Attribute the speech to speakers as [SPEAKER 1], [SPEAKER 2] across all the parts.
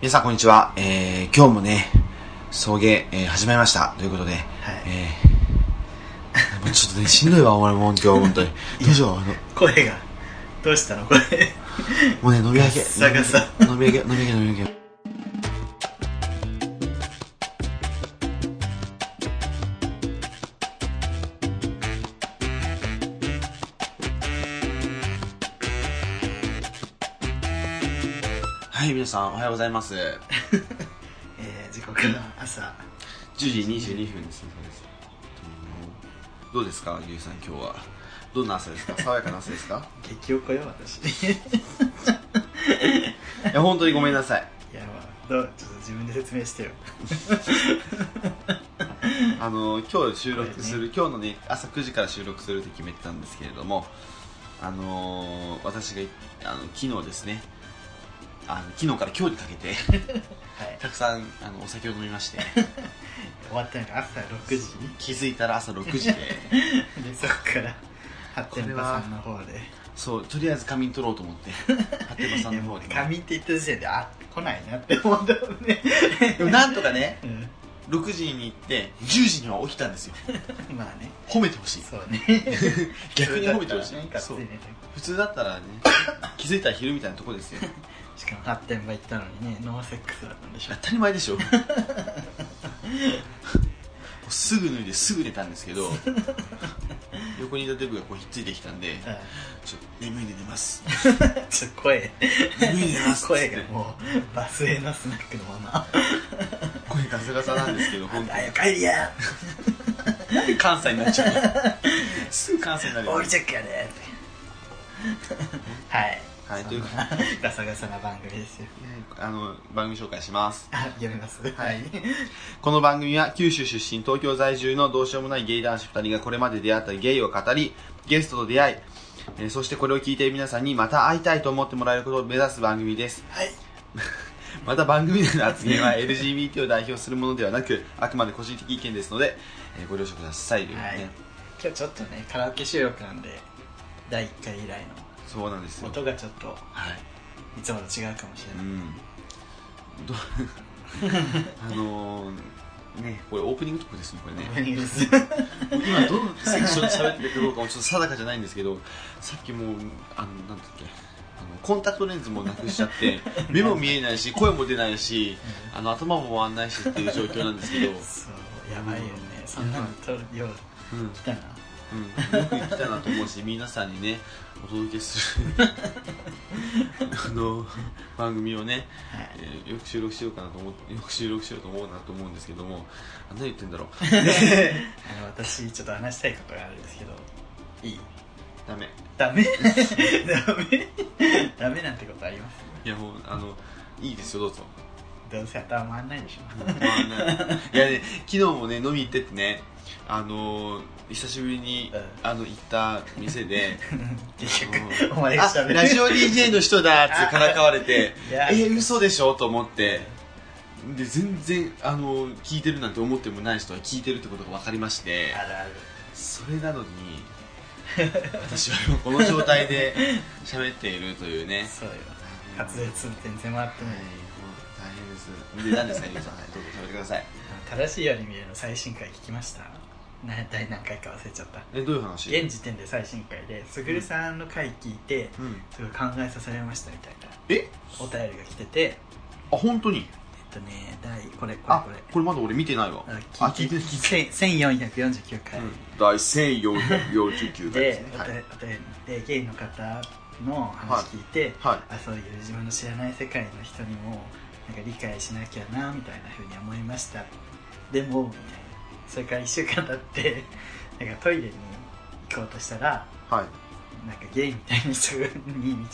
[SPEAKER 1] 皆さんこんにちは。えー、今日もね、送迎、えー、始まりました。ということで、えー、もう ちょっとね、しんどいわ、俺もう今日、本当に。どうしよう、あの、
[SPEAKER 2] 声がどうしたの これ
[SPEAKER 1] もうね、飲み上げ。
[SPEAKER 2] ガッサガサ
[SPEAKER 1] 飲み上げ、飲み上げ、飲み上げ。飲み上げはい、皆さん、おはようございます。10
[SPEAKER 2] えー、時刻の朝
[SPEAKER 1] 時22分ですね。そうですどうですか、ゆうさん、今日は。どんな朝です か爽やかな朝ですか
[SPEAKER 2] 激おこよ私
[SPEAKER 1] いや、本当にごめんなさい。
[SPEAKER 2] いやまあどうちょっと自分で説明してよ
[SPEAKER 1] あの今日収録す
[SPEAKER 2] こ
[SPEAKER 1] る、今日のね朝9時から収録するって決めてたんですけれどもあのー私がいあの昨日ですねあの昨日から今日にかけ て
[SPEAKER 2] はい
[SPEAKER 1] たくさんあのお酒を飲みまして
[SPEAKER 2] 終わったのが朝6時
[SPEAKER 1] 気づいたら朝6時で
[SPEAKER 2] でそこから発展場さんの方で
[SPEAKER 1] そうとりあえず仮眠取ろうと 思ってハテマさんの方で
[SPEAKER 2] いやもう紙って言った時点であ来ないなって思ったもんね
[SPEAKER 1] でもなんとかね
[SPEAKER 2] う
[SPEAKER 1] 6時に行って10時には起きたんですよ
[SPEAKER 2] んまあね
[SPEAKER 1] 褒めてほしい
[SPEAKER 2] そうね
[SPEAKER 1] 逆に褒めてほしい
[SPEAKER 2] なんかつい
[SPEAKER 1] そう
[SPEAKER 2] ね
[SPEAKER 1] 普通だったら ね気づいたら昼みたいなとこですよ
[SPEAKER 2] しかも発展場行ったのにねノーセックスだったんでしょ
[SPEAKER 1] 当たり前でし ょもうすぐ脱いですぐ寝たんですけど横にいたデブがこうひっついてきたんで
[SPEAKER 2] うん
[SPEAKER 1] 「ちょっと眠いんで寝ます
[SPEAKER 2] ちょっと声
[SPEAKER 1] 眠いんで寝ます」
[SPEAKER 2] 声がもうバスへのスナックのまま
[SPEAKER 1] 声ガサガサなんですけど
[SPEAKER 2] 「
[SPEAKER 1] 本当
[SPEAKER 2] あよ帰りや
[SPEAKER 1] に関西になっちゃう すぐ関西になる
[SPEAKER 2] オールチェックやで」 はい
[SPEAKER 1] はいということで
[SPEAKER 2] ガサガサな番組ですよ
[SPEAKER 1] あの番組紹介します
[SPEAKER 2] あ読みますはい
[SPEAKER 1] この番組は九州出身東京在住のどうしようもないゲイ男子2人がこれまで出会ったゲイを語りゲストと出会いえーそしてこれを聞いている皆さんにまた会いたいと思ってもらえることを目指す番組です
[SPEAKER 2] はい
[SPEAKER 1] また番組内の発言は LGBT を代表するものではなくあくまで個人的意見ですので、えーご了承くださいということ
[SPEAKER 2] は
[SPEAKER 1] で
[SPEAKER 2] い
[SPEAKER 1] ね、
[SPEAKER 2] 今日ちょっとねカラオケ収録なんで第1回以来
[SPEAKER 1] そうなんです
[SPEAKER 2] の
[SPEAKER 1] よ
[SPEAKER 2] 音がちょっと
[SPEAKER 1] はい
[SPEAKER 2] いつもと違うかもしれ
[SPEAKER 1] う
[SPEAKER 2] ない
[SPEAKER 1] んど あのーねこれオープニングトークですねこれ
[SPEAKER 2] オー
[SPEAKER 1] ね
[SPEAKER 2] プニング です
[SPEAKER 1] 僕今どのセクションで喋ってるかどうかもちょっと定かじゃないんですけどさっきもうあのなんだっけあのコンタクトレンズもなくしちゃ って目も見えないし声も出ないしあの頭も回んないしっていう状況なんですけど、
[SPEAKER 2] そうやばいよねそんなの撮るよう
[SPEAKER 1] うん、
[SPEAKER 2] 来たな
[SPEAKER 1] うん、よく来たなと思うし皆さんにねお届けす るあの番組をね、
[SPEAKER 2] はい
[SPEAKER 1] えーよく収録しようかなと思ってよく収録しようと思うなと思うんですけどもあ何言ってんだ ろう
[SPEAKER 2] あの私ちょっと話したいことがあるんですけどいい
[SPEAKER 1] ダメ
[SPEAKER 2] ダメ ダメダメなんてことあります
[SPEAKER 1] いやもうあのいいですよどうぞ
[SPEAKER 2] どうせ頭回んないでし ょ
[SPEAKER 1] まあねいやね昨日もね飲み行ってってねあのー久しぶりに、
[SPEAKER 2] うん
[SPEAKER 1] あの行った店 で
[SPEAKER 2] 結
[SPEAKER 1] あ
[SPEAKER 2] 局
[SPEAKER 1] の
[SPEAKER 2] お前がしゃべ
[SPEAKER 1] あラジオ DJ の人だ」ってからかわれて「
[SPEAKER 2] いや
[SPEAKER 1] えー、嘘でしょ?」と思ってで全然あの聞いてるなんて思ってもない人は聞いてるってことが分かりまして
[SPEAKER 2] あるある
[SPEAKER 1] それなのに私は今この状態で喋っているというね
[SPEAKER 2] そうよ滑舌全然回って
[SPEAKER 1] はもう
[SPEAKER 2] ないい
[SPEAKER 1] 大変ですで何ですかゆうさん、はい、どうぞ喋ってください
[SPEAKER 2] 正しいように見えるの最新回聞きましたな第何回か忘れちゃった
[SPEAKER 1] えどういう話
[SPEAKER 2] 現時点で最新回で卓るさんの回聞いて
[SPEAKER 1] うん、
[SPEAKER 2] すごい考えさせられましたみたいな
[SPEAKER 1] え
[SPEAKER 2] お便りが来てて
[SPEAKER 1] あ本当に
[SPEAKER 2] えっとね第これこれ
[SPEAKER 1] あ
[SPEAKER 2] これ
[SPEAKER 1] これまだ俺見てないわあ聞いてない聞いて
[SPEAKER 2] せん1449
[SPEAKER 1] な
[SPEAKER 2] 回、
[SPEAKER 1] い、うん、第1449回で、ねは
[SPEAKER 2] ですお
[SPEAKER 1] い
[SPEAKER 2] 便りでゲイの方の話聞いて、
[SPEAKER 1] はい
[SPEAKER 2] あそういう自分の知らない世界の人にもなんか理解しなきゃなみたいなふうに思いましたでもみたいなそれから1週間経ってなんかトイレに行こうとしたら
[SPEAKER 1] はい
[SPEAKER 2] なんかゲイみたいな人に道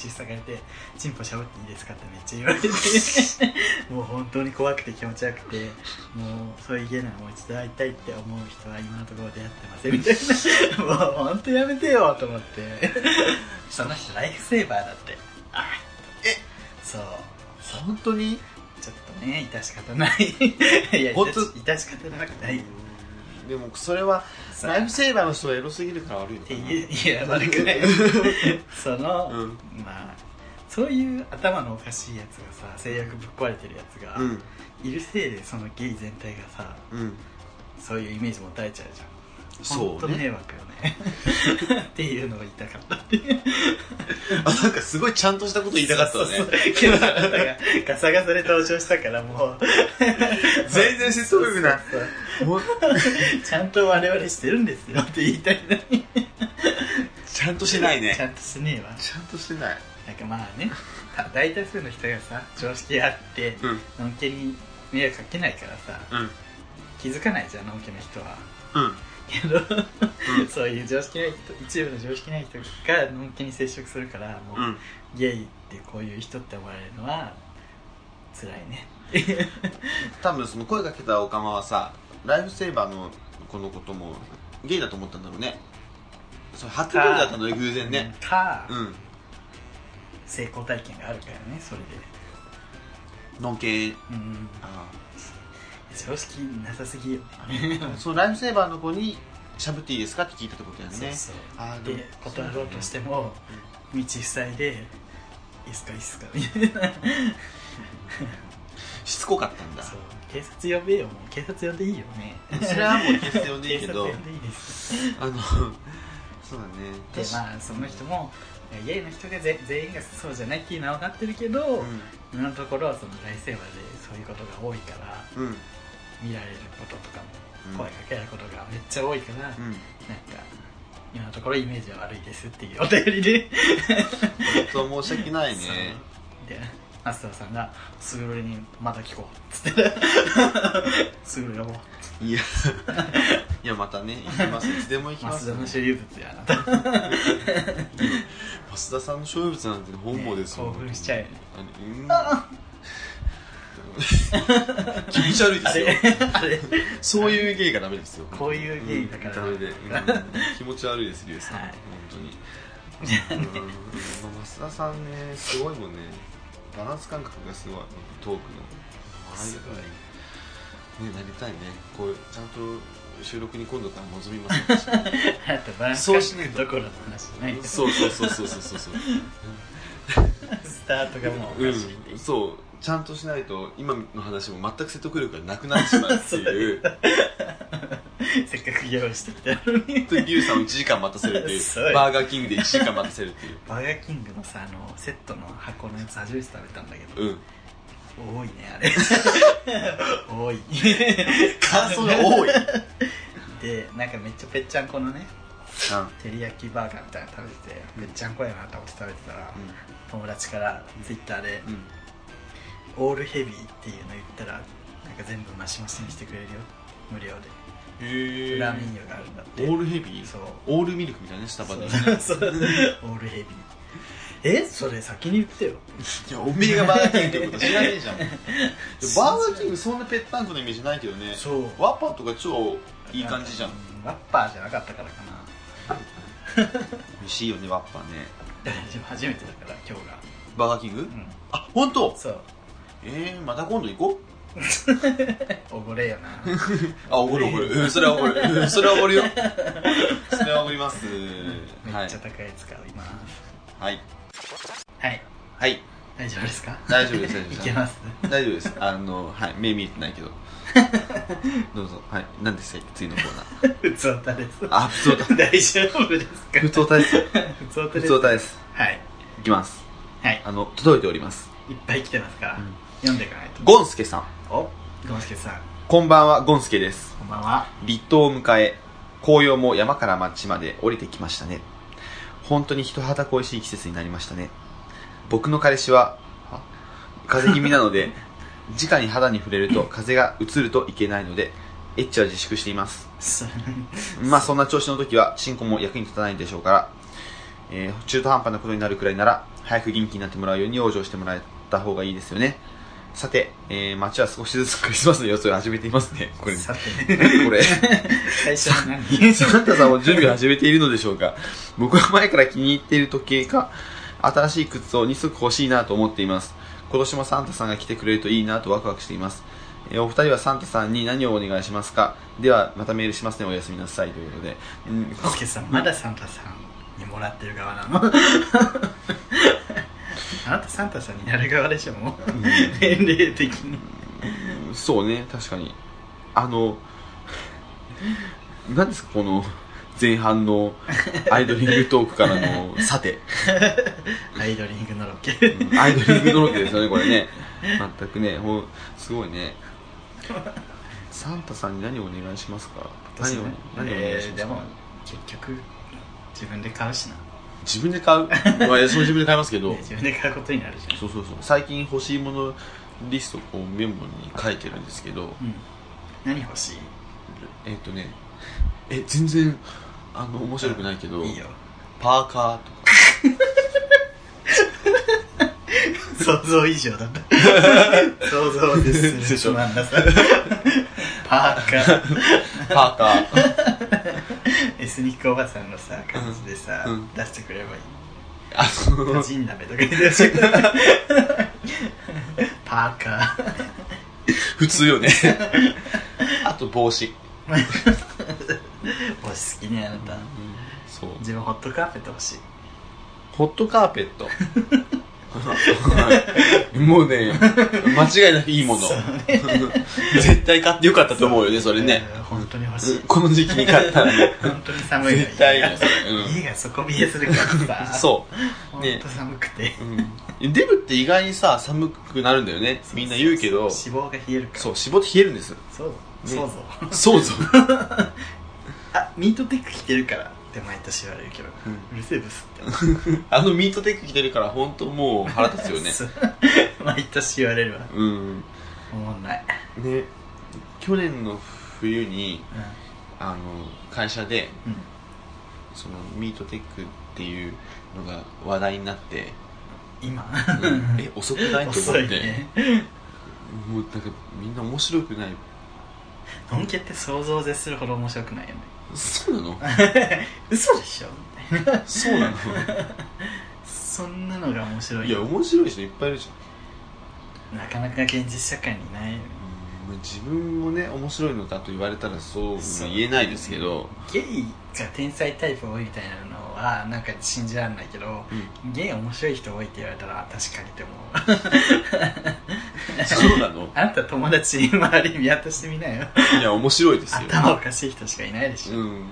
[SPEAKER 2] 塞がれて「チンポしゃぶっていいですか?」ってめっちゃ言われてもう本当に怖くて気持ち悪くてもうそういうゲイならもう一度会いたいって思う人は今のところ出会ってませんみたいなもう本当やめてよと思ってその人ライフセーバーだってあ
[SPEAKER 1] え
[SPEAKER 2] そう
[SPEAKER 1] 本当に
[SPEAKER 2] ちょっとね致し方ないいや
[SPEAKER 1] 本当
[SPEAKER 2] 致し致し方なくない
[SPEAKER 1] でもそれは
[SPEAKER 2] さ
[SPEAKER 1] ライフセーバーの人は エロすぎるから悪いの
[SPEAKER 2] っ
[SPEAKER 1] か
[SPEAKER 2] て
[SPEAKER 1] な
[SPEAKER 2] いういや悪くないその、
[SPEAKER 1] うん
[SPEAKER 2] まあそういう頭のおかしいやつがさ制約ぶっ壊れてるやつが、
[SPEAKER 1] うん
[SPEAKER 2] いるせいでそのゲイ全体がさ
[SPEAKER 1] うん
[SPEAKER 2] そういうイメージ持たれちゃうじゃん
[SPEAKER 1] そ
[SPEAKER 2] 本
[SPEAKER 1] う
[SPEAKER 2] 当
[SPEAKER 1] ね
[SPEAKER 2] 迷惑よ ねっていうのを言いたかったっていう
[SPEAKER 1] あなんかすごいちゃんとしたこと言いたかったわ
[SPEAKER 2] そう
[SPEAKER 1] ね
[SPEAKER 2] そうそうけどなんかガサガサで登場したからもう
[SPEAKER 1] 全然説得力ない
[SPEAKER 2] そうそう
[SPEAKER 1] もう
[SPEAKER 2] そうちゃんと我々してるんですよって言いたいのに
[SPEAKER 1] ちゃんとしてないね
[SPEAKER 2] ちゃんとしねえわ
[SPEAKER 1] ちゃんとしてない
[SPEAKER 2] なんかまあねた大多数の人がさ常識あって
[SPEAKER 1] うん
[SPEAKER 2] のんけに迷惑かけないからさ
[SPEAKER 1] うん
[SPEAKER 2] 気づかないじゃんのんけの人は
[SPEAKER 1] うん
[SPEAKER 2] けど、
[SPEAKER 1] ん
[SPEAKER 2] そういう常識ない人一部の常識ない人がのんけに接触するからもう、
[SPEAKER 1] うん
[SPEAKER 2] ゲイってこういう人って思われるのは辛いね
[SPEAKER 1] 多分その声かけたオカマはさライフセーバーの子のこともゲイだと思ったんだろうねそれ初恋だったのね偶然ね
[SPEAKER 2] か、
[SPEAKER 1] うん
[SPEAKER 2] 成功体験があるからねそれで
[SPEAKER 1] のんけ
[SPEAKER 2] うん
[SPEAKER 1] あ
[SPEAKER 2] 常識なさすぎよね
[SPEAKER 1] ーそのライフセーバーの子にしゃぶっていいですかって聞いたってことやん
[SPEAKER 2] そう
[SPEAKER 1] ね
[SPEAKER 2] そう
[SPEAKER 1] あーでも
[SPEAKER 2] で断ろうとしても道塞いで「いいっすかいいっすか」みたいな
[SPEAKER 1] しつこかったんだ
[SPEAKER 2] そう警察呼べよもう警察呼んでいいよね
[SPEAKER 1] それはもう決定でいい
[SPEAKER 2] 警
[SPEAKER 1] け
[SPEAKER 2] 察
[SPEAKER 1] ど
[SPEAKER 2] 呼んでいいです
[SPEAKER 1] あのそうだね
[SPEAKER 2] で
[SPEAKER 1] 確か
[SPEAKER 2] まあその人もゲイの人がぜ全員がそうじゃないっていうのは分かってるけど、今のところはその大セーバーでそういうことが多いから
[SPEAKER 1] うんうん
[SPEAKER 2] 見られることとかも
[SPEAKER 1] うん
[SPEAKER 2] 声かけられることがめっちゃ多いから、
[SPEAKER 1] うん
[SPEAKER 2] なんか今のところイメージは悪いですっていうお便りで
[SPEAKER 1] ちょっと申し訳ないね
[SPEAKER 2] そうでマスターさんが「すぐれにまた聞こう」っつって「すぐれも
[SPEAKER 1] いやいやまたね行きますいつでも行きま
[SPEAKER 2] マ
[SPEAKER 1] す
[SPEAKER 2] スダの所有物やあなた」
[SPEAKER 1] 増田さんの所有物なんて本望ですよ、
[SPEAKER 2] ね興奮しちゃうよね
[SPEAKER 1] あのうん 気持ち悪いで
[SPEAKER 2] あ
[SPEAKER 1] すよ
[SPEAKER 2] れあれ
[SPEAKER 1] そういう芸がダメですよ
[SPEAKER 2] こういう芸だから
[SPEAKER 1] うんダメ で、うん気持ち悪いですリュウさん、
[SPEAKER 2] はい
[SPEAKER 1] 本当にうんまあ増田さんねすごいもんねバランス感覚がすごいトークの
[SPEAKER 2] すごい
[SPEAKER 1] ねなりたいねこうちゃんと収録に今度から望みますよ
[SPEAKER 2] あなたバランス
[SPEAKER 1] そうしないと
[SPEAKER 2] どころの話じゃないけど
[SPEAKER 1] そうそうそうそうそうそうそう
[SPEAKER 2] スタートがもうおかしいっていう
[SPEAKER 1] うん、そうちゃんとしないと今の話も全く説得力がなくなってしまうっていう
[SPEAKER 2] せっかく用意してきたのに
[SPEAKER 1] 本当にリュウさんを1時間待たせるってい
[SPEAKER 2] そうよ
[SPEAKER 1] うバーガーキングで1時間待たせるっていう
[SPEAKER 2] バーガーキングのさあのセットの箱のやつ初めて食べたんだけど、
[SPEAKER 1] うん
[SPEAKER 2] 多いね あれ多い
[SPEAKER 1] 感想が多い、
[SPEAKER 2] でなんかめっちゃぺっちゃんこのね照り焼きバーガーみたいなの食べてて、
[SPEAKER 1] うん
[SPEAKER 2] ぺっちゃんこやなと思って食べてたら、
[SPEAKER 1] う
[SPEAKER 2] 友達からツイッターで
[SPEAKER 1] んうん、
[SPEAKER 2] 「オールヘビー」っていうの言ったらなんか全部マシマシにしてくれるよ無料
[SPEAKER 1] へ
[SPEAKER 2] でラーメン屋があるんだって
[SPEAKER 1] オールヘビー
[SPEAKER 2] そう
[SPEAKER 1] オールミルクみたいなねスタバでい
[SPEAKER 2] そうそうオールヘビーえそれ先に言ってよ
[SPEAKER 1] やおめえがバーガーキングってこと知らねえじゃんでもバーガーキングそんなぺったんこのイメージないけどね
[SPEAKER 2] そう
[SPEAKER 1] ワッパーとか超いい感じじゃん
[SPEAKER 2] うワッパーじゃなかったからかな
[SPEAKER 1] 美味しいよねワッパーね
[SPEAKER 2] でも初めてだから今日が
[SPEAKER 1] バーガーキング、
[SPEAKER 2] うん
[SPEAKER 1] あ本当
[SPEAKER 2] そう
[SPEAKER 1] えー、また今度行こう
[SPEAKER 2] おごれよ な
[SPEAKER 1] あ、おごるおごる。うん、それはおごる。うん、それはおごるよ。それはおごります。は
[SPEAKER 2] めっ
[SPEAKER 1] い
[SPEAKER 2] ちゃ。高いやつ買います
[SPEAKER 1] はい。
[SPEAKER 2] はい
[SPEAKER 1] はい。
[SPEAKER 2] 大丈夫ですか
[SPEAKER 1] 大丈夫です、大丈夫で
[SPEAKER 2] い
[SPEAKER 1] す。
[SPEAKER 2] けます
[SPEAKER 1] 大丈夫です。あの、はい。目見えてないけど。どうぞ。はい。何でしたっけ次のコーナー。
[SPEAKER 2] ふつおたです
[SPEAKER 1] あ、普通歌。
[SPEAKER 2] 大丈夫ですか
[SPEAKER 1] 普通歌です。
[SPEAKER 2] ふつおた
[SPEAKER 1] 普
[SPEAKER 2] で
[SPEAKER 1] 通
[SPEAKER 2] す
[SPEAKER 1] 歌です。
[SPEAKER 2] はい
[SPEAKER 1] いきます。
[SPEAKER 2] はい
[SPEAKER 1] あの、届いております。
[SPEAKER 2] いっぱい来てますから、
[SPEAKER 1] うん
[SPEAKER 2] 読んでいかないと
[SPEAKER 1] ゴンスケさん。
[SPEAKER 2] おゴンスケさん
[SPEAKER 1] こんばんは、ゴンスケです。
[SPEAKER 2] こんばんは
[SPEAKER 1] 立冬を迎え紅葉も山から町まで降りてきましたね本当に人肌恋しい季節になりましたね僕の彼氏はあ風邪気味なので 直に肌に触れると風が移るといけないのでエッチは自粛しています
[SPEAKER 2] そう
[SPEAKER 1] まあそんな調子の時は新婚も役に立たないでしょうから、えー中途半端なことになるくらいなら早く元気になってもらうように養生してもらえた方がいいですよねさて、えー街は少しずつクリスマスの様子を始めていますねこれ
[SPEAKER 2] さ
[SPEAKER 1] こ
[SPEAKER 2] て
[SPEAKER 1] れ
[SPEAKER 2] 最初の 何
[SPEAKER 1] サンタさんも準備を始めているのでしょうか僕は前から気に入っている時計か新しい靴を2足欲しいなと思っています今年もサンタさんが来てくれるといいなとワクワクしていますえーお二人はサンタさんに何をお願いしますかではまたメールしますねおやすみなさいということで、うん、
[SPEAKER 2] ゴンスケさんまだサンタさんにもらってる側なのあなたサンタさんになる側でしょもう
[SPEAKER 1] うん
[SPEAKER 2] 年齢的に
[SPEAKER 1] そうね確かにあの何ですかこの前半のアイドリングトークからのさて、
[SPEAKER 2] アイドリングのロケ
[SPEAKER 1] うんアイドリングのロケですよねこれね全くねほうすごいねサンタさんに何をお願いしますか何を何をお願いし
[SPEAKER 2] えー
[SPEAKER 1] ま
[SPEAKER 2] です
[SPEAKER 1] か、
[SPEAKER 2] も結局自分で買うしな、
[SPEAKER 1] 自分で買う まあ私も自分で買いますけど、
[SPEAKER 2] ね自分で買うことになるじゃん
[SPEAKER 1] そうそうそう最近欲しいものリストをこうメモに書いてるんですけど、
[SPEAKER 2] うん何欲しい
[SPEAKER 1] えっ、とねえ全然あの面白くないけど、
[SPEAKER 2] いいよ
[SPEAKER 1] パーカーとか
[SPEAKER 2] 想像以上だった 想像を絶す
[SPEAKER 1] で
[SPEAKER 2] る
[SPEAKER 1] しょ
[SPEAKER 2] つまんなさパーカ
[SPEAKER 1] パ
[SPEAKER 2] ー
[SPEAKER 1] ーカ ー
[SPEAKER 2] エスニックおばさんのさ感じでさ、
[SPEAKER 1] うんうん
[SPEAKER 2] 出してくればいい
[SPEAKER 1] あ
[SPEAKER 2] 個
[SPEAKER 1] の
[SPEAKER 2] 人鍋とか言ってほしいパーカ
[SPEAKER 1] 普通よ ねあと帽子、
[SPEAKER 2] ー帽子好きねあなた、
[SPEAKER 1] そう
[SPEAKER 2] 自分ホットカーペット欲しい
[SPEAKER 1] ホットカーペット もうね間違いなくいいもの、
[SPEAKER 2] そう
[SPEAKER 1] 絶対買ってよかったと思うよねそれね
[SPEAKER 2] うん本当に欲しい
[SPEAKER 1] この時期に買ったらね
[SPEAKER 2] 本当に寒いの
[SPEAKER 1] 絶対いいよそれ、
[SPEAKER 2] 家が底冷えするから
[SPEAKER 1] うん、
[SPEAKER 2] さ
[SPEAKER 1] そう
[SPEAKER 2] 本
[SPEAKER 1] ね
[SPEAKER 2] 当寒くて、
[SPEAKER 1] うん、デブって意外にさ寒くなるんだよねみんな言うけど
[SPEAKER 2] そうそうそう脂肪が冷えるから
[SPEAKER 1] そう脂肪って冷えるんです
[SPEAKER 2] そう
[SPEAKER 1] ね
[SPEAKER 2] そうぞ
[SPEAKER 1] そうぞ、
[SPEAKER 2] あミートテック着てるからって毎年言われるけどうるせえブスって
[SPEAKER 1] あのミートテック着てるから本当もう腹立つよね
[SPEAKER 2] そう 毎年言われるわ
[SPEAKER 1] うん
[SPEAKER 2] 思んない、
[SPEAKER 1] ね去年の冬にあの会社で
[SPEAKER 2] うん
[SPEAKER 1] そのミートテックっていうのが話題になって、
[SPEAKER 2] 今、
[SPEAKER 1] うんえ遅くないと思っ
[SPEAKER 2] 遅
[SPEAKER 1] て、
[SPEAKER 2] いね
[SPEAKER 1] もうなんかみんな面白くない
[SPEAKER 2] のんけって想像を絶するほど面白くないよね
[SPEAKER 1] そうなの
[SPEAKER 2] 嘘でしょみたいな
[SPEAKER 1] そうな
[SPEAKER 2] そんなのが面白
[SPEAKER 1] の
[SPEAKER 2] い
[SPEAKER 1] いや面白い人いっぱいいるじゃん
[SPEAKER 2] なかなか現実社会にないよね
[SPEAKER 1] うん自分もね面白いのだと言われたらそう言えないですけど、
[SPEAKER 2] ゲイが天才タイプ多いみたいなのはなんか信じられないけどゲイ面白い人多いって言われたら確かにって思う
[SPEAKER 1] そうなの
[SPEAKER 2] あんた友達周り見渡してみ なよ
[SPEAKER 1] いや面白いですよ、
[SPEAKER 2] 頭おかしい人しかいないでしょ、
[SPEAKER 1] うん、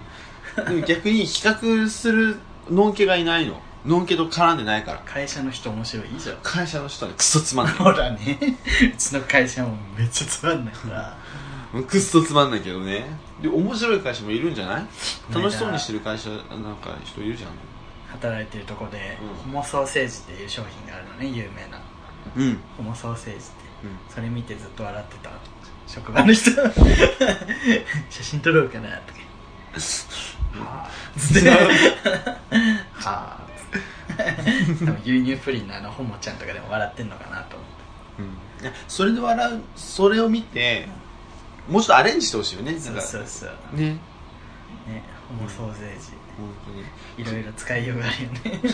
[SPEAKER 1] でも逆に比較するのんけがいないののんけと絡んでないから
[SPEAKER 2] 会社の人面白い以上
[SPEAKER 1] 会社の人はクソつまんな
[SPEAKER 2] ほらねうちの会社もめっちゃつまんないから
[SPEAKER 1] いクソつまんないけどねで面白い会社もいるんじゃない楽しそうにしてる会社なんか人いるじゃん
[SPEAKER 2] 働いてるとこで、
[SPEAKER 1] うん
[SPEAKER 2] ホモソーセージっていう商品があるのね有名な
[SPEAKER 1] うん、
[SPEAKER 2] ホモソーセージってそれ見てずっと笑ってた職場の人 写真撮ろうかな とかはぁつっ てはぁつってでも牛乳プリンのあのホモちゃんとかでも笑ってんのかなと思って
[SPEAKER 1] うんいやそれで笑うそれを見てもうちょっとアレンジしてほしいよね
[SPEAKER 2] そ
[SPEAKER 1] な
[SPEAKER 2] うん
[SPEAKER 1] か
[SPEAKER 2] そうそう
[SPEAKER 1] ね
[SPEAKER 2] ねホモソーセージ
[SPEAKER 1] 本当に
[SPEAKER 2] いろいろ使いようがあるよね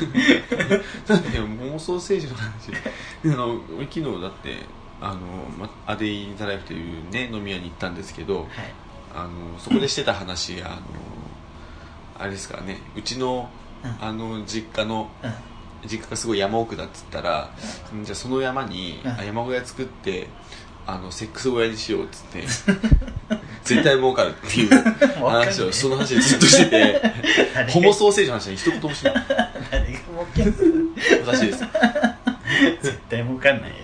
[SPEAKER 1] だって妄想政治の 話であの俺昨日だってあの、ま、アデイ・ザ・ライフというね飲み屋に行ったんですけど
[SPEAKER 2] はい
[SPEAKER 1] あのそこでしてた話あのあれですからねうちの
[SPEAKER 2] うん
[SPEAKER 1] あの実家の
[SPEAKER 2] うん
[SPEAKER 1] 実家がすごい山奥だっつったらじゃあその山に
[SPEAKER 2] うん
[SPEAKER 1] あ山小屋作ってあのセックス小屋にしようっつって 絶対儲かるって いう
[SPEAKER 2] わかんね
[SPEAKER 1] 話
[SPEAKER 2] え
[SPEAKER 1] をその話でずっとしてて
[SPEAKER 2] 誰が
[SPEAKER 1] ホモソーセージの話は一言もしない
[SPEAKER 2] 誰が儲けんの
[SPEAKER 1] 私です
[SPEAKER 2] 絶対儲かんないよ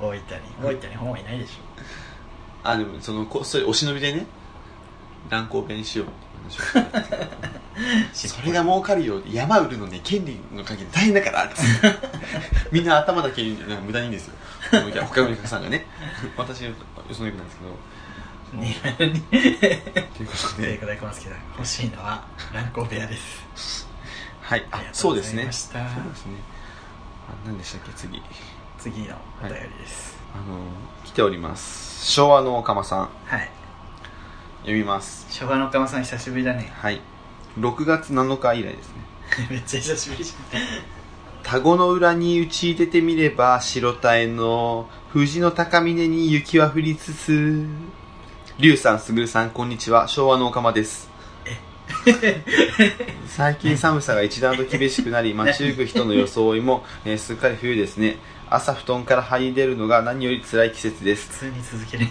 [SPEAKER 2] 大分に大分にホモいないでしょ
[SPEAKER 1] あでもそのこそれお忍びでね断交弁しようって話をしてたそれが儲かるよう山売るのね権利の限り大変だから ってみんな頭だけになんか無駄に いいんですよ他のお客さんがね私よそのよくないんですけど
[SPEAKER 2] ね
[SPEAKER 1] ということ
[SPEAKER 2] とい
[SPEAKER 1] で
[SPEAKER 2] うことで、小松さん、欲しいのは、乱高部屋です。
[SPEAKER 1] はい
[SPEAKER 2] あ
[SPEAKER 1] あ
[SPEAKER 2] りがと
[SPEAKER 1] そうう
[SPEAKER 2] ご
[SPEAKER 1] で
[SPEAKER 2] ざ
[SPEAKER 1] す
[SPEAKER 2] い
[SPEAKER 1] ね
[SPEAKER 2] まし
[SPEAKER 1] そう
[SPEAKER 2] た
[SPEAKER 1] ですねあ何でしたっけ次
[SPEAKER 2] 次のお便りです。
[SPEAKER 1] あの来ております昭和のおかまさん
[SPEAKER 2] はい。
[SPEAKER 1] 読みます
[SPEAKER 2] 昭和の岡間さん、久しぶりだね。
[SPEAKER 1] はい6月7日以来ですね
[SPEAKER 2] めっちゃ久しぶりじ
[SPEAKER 1] 田子の裏に打ち出てみれば白体の藤の高峰に雪 は降りつつ龍さんすぐるさんこんにちは昭和のおかまです
[SPEAKER 2] え
[SPEAKER 1] 最近寒さが一段と厳しくなり街行く人の装いも、えーすっかり冬ですね朝布団から這い出るのが何より辛い季節です
[SPEAKER 2] 普通に 続ける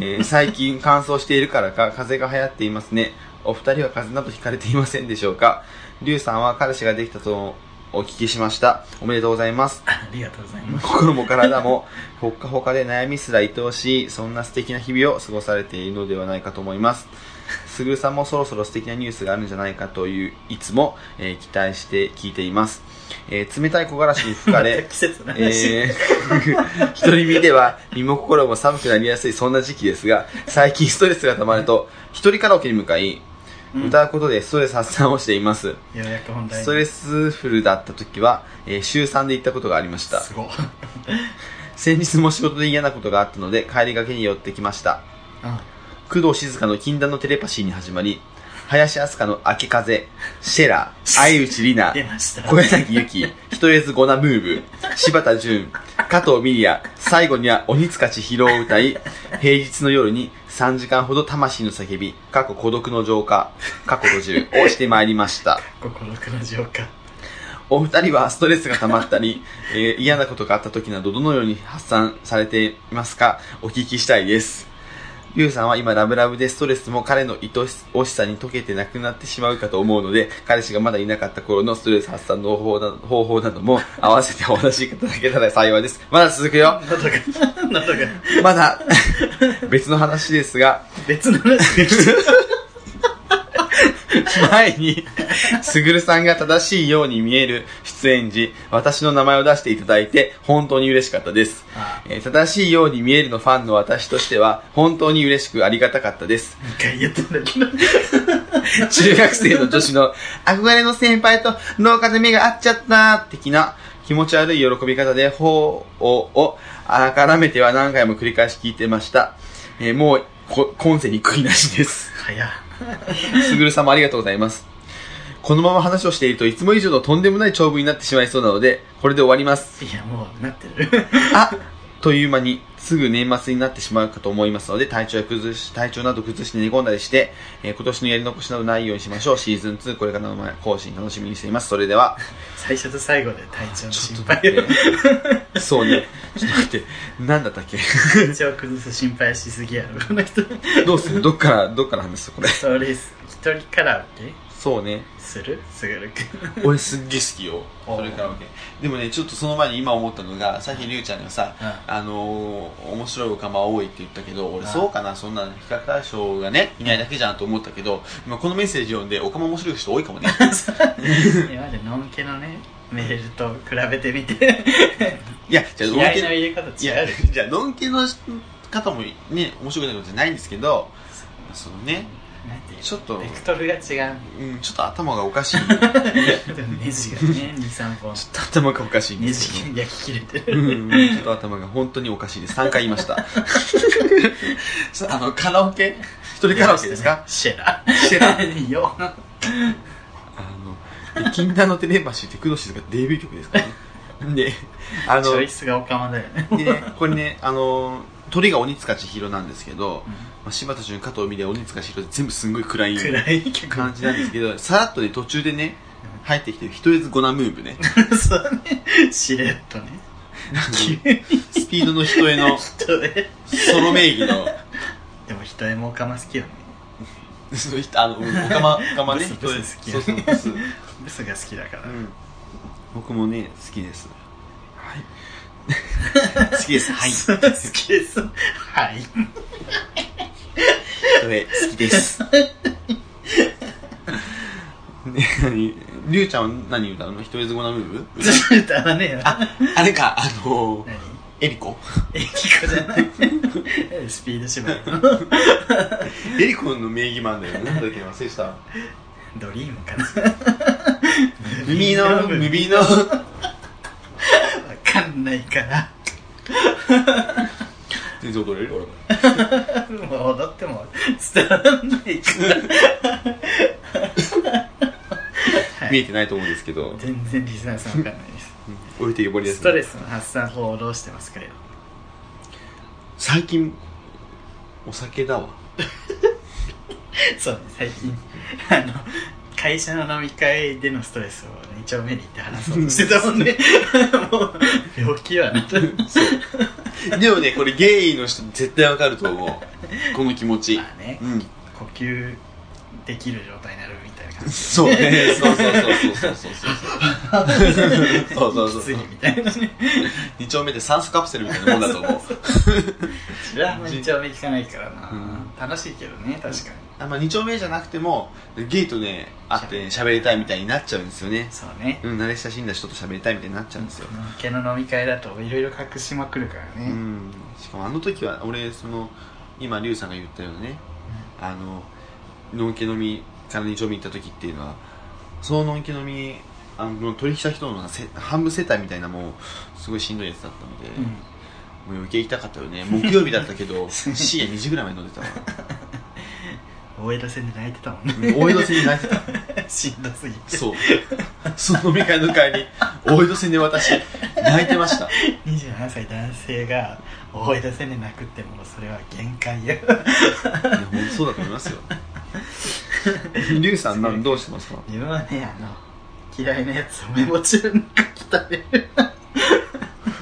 [SPEAKER 1] えー最近乾燥しているからか風邪が流行っていますねお二人は風邪などひかれていませんでしょうかリュウさんは彼氏ができたとお聞きしましたおめでとうございます
[SPEAKER 2] ありがとうございます
[SPEAKER 1] 心も体もほっかほかで悩みすら愛おしいそんな素敵な日々を過ごされているのではないかと思いますすぐるさんもそろそろ素敵なニュースがあるんじゃないかといういつも、えー期待して聞いています、えー冷たい木枯らしに吹か れ
[SPEAKER 2] 季節の話、
[SPEAKER 1] えー、 一人身では身も心も寒くなりやすいそんな時期ですが最近ストレスがたまると一人カラオケに向かい
[SPEAKER 2] うん
[SPEAKER 1] 歌うことでストレス発散をしています、
[SPEAKER 2] ようやく本題に
[SPEAKER 1] ストレスフルだった時は、えー週3で行ったことがありました
[SPEAKER 2] すごい
[SPEAKER 1] 先日も仕事で嫌なことがあったので帰りがけに寄ってきました
[SPEAKER 2] あ
[SPEAKER 1] 工藤静香の禁断のテレパシーに始まり林飛鳥の明け風シェ ラ相内里
[SPEAKER 2] 出
[SPEAKER 1] 奈
[SPEAKER 2] ました
[SPEAKER 1] 小柳ゆき一重ずゴナムーブ柴田純加藤ミリア最後には鬼塚千尋を歌い平日の夜に3時間ほど魂の叫び過去孤独の浄化過去50をしてまいりました
[SPEAKER 2] 心の黒浄化
[SPEAKER 1] お二人はストレスが溜まったり、えー嫌なことがあった時などどのように発散されていますかお聞きしたいです。リュウさんは今ラブラブでストレスも彼の愛おしさに溶けてなくなってしまうかと思うので、彼氏がまだいなかった頃のストレス発散の方法な方法なども合わせてお話しいただけたら幸いです。まだ続くよ
[SPEAKER 2] 喉が 喉が
[SPEAKER 1] まだ 別の話ですが、
[SPEAKER 2] 別の話でき
[SPEAKER 1] 前に、すぐるさんが正しいように見える出演時、私の名前を出していただいて、本当に嬉しかったです。
[SPEAKER 2] た
[SPEAKER 1] えー正しいように見えるのファンの私としては、本当に嬉しくありがたかったです。
[SPEAKER 2] 一回言ったんだけど
[SPEAKER 1] 中学生の女子の、憧れの先輩と農家で目が合っちゃった、的な、気持ち悪い喜び方で、ほうを、を、改めては何回も繰り返し聞いてました。えーもう、こ、今世に悔いなしです。
[SPEAKER 2] 早っ
[SPEAKER 1] すぐるさんもありがとうございます。このまま話をしているといつも以上のとんでもない長文になってしまいそうなので、これで終わります。
[SPEAKER 2] いやもうなってる
[SPEAKER 1] あという間に、すぐ年末になってしまうかと思いますので、体調や崩し、体調など崩して寝込んだりして、えー今年のやり残しなどないようにしましょう。シーズン2、これからの更新楽しみにしています。それでは、
[SPEAKER 2] 最初と最後で体調の心
[SPEAKER 1] ちょ
[SPEAKER 2] 配
[SPEAKER 1] っ
[SPEAKER 2] を
[SPEAKER 1] と待って。そうね。ちょっと待って。なんだったっけ
[SPEAKER 2] 体調崩す心配しすぎやろこの人
[SPEAKER 1] どうするどっから、どっから話すこれ。
[SPEAKER 2] ストレス一人カラオケ
[SPEAKER 1] そうね。
[SPEAKER 2] するすぐるくん
[SPEAKER 1] 俺すっげえ好きよ
[SPEAKER 2] お
[SPEAKER 1] それカラオケでもねちょっとその前に今思ったのがさっきりゅうちゃんがさ、
[SPEAKER 2] う
[SPEAKER 1] あのー面白いおかま多いって言ったけど俺
[SPEAKER 2] うん
[SPEAKER 1] そうかなそんな比較対象がねいないだけじゃんと思ったけど今このメッセージ読んでおかま面白い人多いかもね
[SPEAKER 2] 今までのんけのねメールと比べてみて
[SPEAKER 1] いやじゃあのん
[SPEAKER 2] 気合いの
[SPEAKER 1] け
[SPEAKER 2] 入れ方
[SPEAKER 1] い
[SPEAKER 2] 違
[SPEAKER 1] や
[SPEAKER 2] うでし
[SPEAKER 1] じゃあのんけの方もね面白くないことじゃないんですけどそのね
[SPEAKER 2] ょなんていうの
[SPEAKER 1] ちょっと
[SPEAKER 2] ベクトルが違う
[SPEAKER 1] うんちょっと頭がおかし いちょ
[SPEAKER 2] でもネジがね23本
[SPEAKER 1] っと頭がおかしいん
[SPEAKER 2] ネ
[SPEAKER 1] です
[SPEAKER 2] ジ
[SPEAKER 1] けど
[SPEAKER 2] が焼き切れて
[SPEAKER 1] う
[SPEAKER 2] る
[SPEAKER 1] ん、ちょっと頭が本当におかしいです。3回言いました。 そうあの、カラオケ一人カラオケですか
[SPEAKER 2] シェラ
[SPEAKER 1] シェラ
[SPEAKER 2] いいよ
[SPEAKER 1] あの、禁断のテレパシーって工藤静香デビュー曲ですからね。で、あ
[SPEAKER 2] チ
[SPEAKER 1] の
[SPEAKER 2] ョ、イスがおかまだよね
[SPEAKER 1] でね、これね、あの、鳥が鬼塚千尋なんですけど、
[SPEAKER 2] うん
[SPEAKER 1] まあ、柴田純加藤美で鬼塚千尋で全部すんごい暗い
[SPEAKER 2] 暗い曲
[SPEAKER 1] 感じなんですけど、さらっとね、途中でね、入ってきてる、ひとえずゴナムーブね。
[SPEAKER 2] そうねしれっと ね急に
[SPEAKER 1] スピードの人への
[SPEAKER 2] 人で
[SPEAKER 1] ソロ名義の、
[SPEAKER 2] でも人へもおかま好きよね
[SPEAKER 1] そういった、あの、おかま、おかまね、
[SPEAKER 2] ブスブス好き
[SPEAKER 1] そうそう、ブス
[SPEAKER 2] ブスが好きだから
[SPEAKER 1] うん、僕もね好きですはい 好きですはい
[SPEAKER 2] そう好きですはい
[SPEAKER 1] それ好きです ね何りゅうちゃんは何歌うの一人ずごなムーブ
[SPEAKER 2] ちょっと歌わねえよ
[SPEAKER 1] あ あれかあのー
[SPEAKER 2] 何
[SPEAKER 1] えりこ
[SPEAKER 2] えきこじゃないスピード縛りの
[SPEAKER 1] えりこの名義マンだよねなんだっけ忘れ した
[SPEAKER 2] ドリームかな
[SPEAKER 1] 海の海の
[SPEAKER 2] わかんないから
[SPEAKER 1] 全然踊れる俺も
[SPEAKER 2] もう踊っても伝わんないから
[SPEAKER 1] 見えてないと思うんですけど
[SPEAKER 2] 全然リスナーさんわかんないです
[SPEAKER 1] 置いてけぼりです
[SPEAKER 2] ストレスの発散法をどうしてますかよ
[SPEAKER 1] 最近お酒だわ
[SPEAKER 2] そうね最近あの会社の飲み会でのストレスを2丁目に行って話そうとしてたも んねもう病気はなと
[SPEAKER 1] でもねこれゲイの人絶対わかると思うこの気持ち
[SPEAKER 2] まあね
[SPEAKER 1] うん
[SPEAKER 2] 呼吸できる状態になるみたいな感じ
[SPEAKER 1] そうねそうそうそうそうそう そうそうそうそう
[SPEAKER 2] きついみたいな ね
[SPEAKER 1] 2丁目で酸素カプセルみたいなもんだと思う
[SPEAKER 2] それはあんまり2丁目聞かないからな、
[SPEAKER 1] うん
[SPEAKER 2] 楽しいけどね確かに
[SPEAKER 1] あんま2丁目じゃなくてもゲイとね会ってね喋りたいみたいになっちゃうんですよね
[SPEAKER 2] そうね
[SPEAKER 1] うん慣れ親しんだ人と喋りたいみたいになっちゃうんですよ
[SPEAKER 2] 毛の飲み会だといろいろ隠しまくるから
[SPEAKER 1] う
[SPEAKER 2] ね、
[SPEAKER 1] んしかもあの時は俺その今リュウさんが言ったようなねあののんけ飲みから2丁目行った時っていうのはそののんけ飲みあの取引した人のせ半分世帯みたいなもうすごいしんどいやつだったので、
[SPEAKER 2] うん
[SPEAKER 1] もう余計行きたかったよね木曜日だったけ ど深夜2時ぐらいまで飲んでたわ
[SPEAKER 2] 大江戸線で泣いてたもんね
[SPEAKER 1] 大江戸線に泣いてた
[SPEAKER 2] しんどすぎて
[SPEAKER 1] そうその飲み会の帰り大江戸線で私泣いてました
[SPEAKER 2] 27歳男性が大江戸線で泣くってもうそれは限界や
[SPEAKER 1] いや本当そうだと思いますよリュウさんなんどうしてますか
[SPEAKER 2] 自分はねあの嫌いなやつをメモ中に書き食べる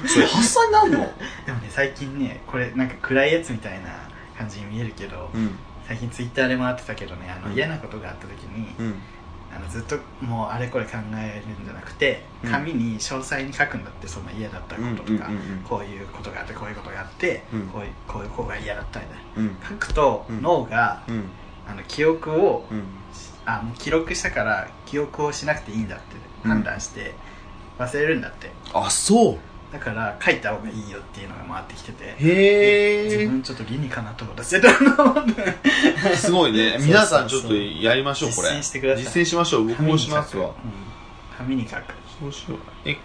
[SPEAKER 1] それ発散になるの
[SPEAKER 2] でもね最近ねこれなんか暗いやつみたいな感じに見えるけど、
[SPEAKER 1] うん
[SPEAKER 2] 最近ツイッターで回ってたけどねあ
[SPEAKER 1] うん
[SPEAKER 2] の嫌なことがあった時に、
[SPEAKER 1] うん
[SPEAKER 2] あのずっともうあれこれ考えるんじゃなくて
[SPEAKER 1] うん
[SPEAKER 2] 紙に詳細に書くんだってその嫌だったこととか、
[SPEAKER 1] うんうんうんうん
[SPEAKER 2] こういうことがあってこういうことがあって、
[SPEAKER 1] うん
[SPEAKER 2] こういうこういう子が嫌だったみたいな
[SPEAKER 1] うん
[SPEAKER 2] 書くと
[SPEAKER 1] うん
[SPEAKER 2] 脳が、
[SPEAKER 1] うん
[SPEAKER 2] あの記憶を、
[SPEAKER 1] うん
[SPEAKER 2] あもう記録したから記憶をしなくていいんだって判断して、忘れるんだって
[SPEAKER 1] あそう
[SPEAKER 2] だから書いた方がいいよっていうのが回ってきてて自
[SPEAKER 1] へえ
[SPEAKER 2] 分ちょっと理にかなと思った せたの
[SPEAKER 1] すごいね
[SPEAKER 2] そうそう
[SPEAKER 1] 皆さんちょっとやりましょうこれ
[SPEAKER 2] 実践してください
[SPEAKER 1] 実践しましょう僕もしますわ
[SPEAKER 2] 紙に書く,、うん、紙に
[SPEAKER 1] そうしようえ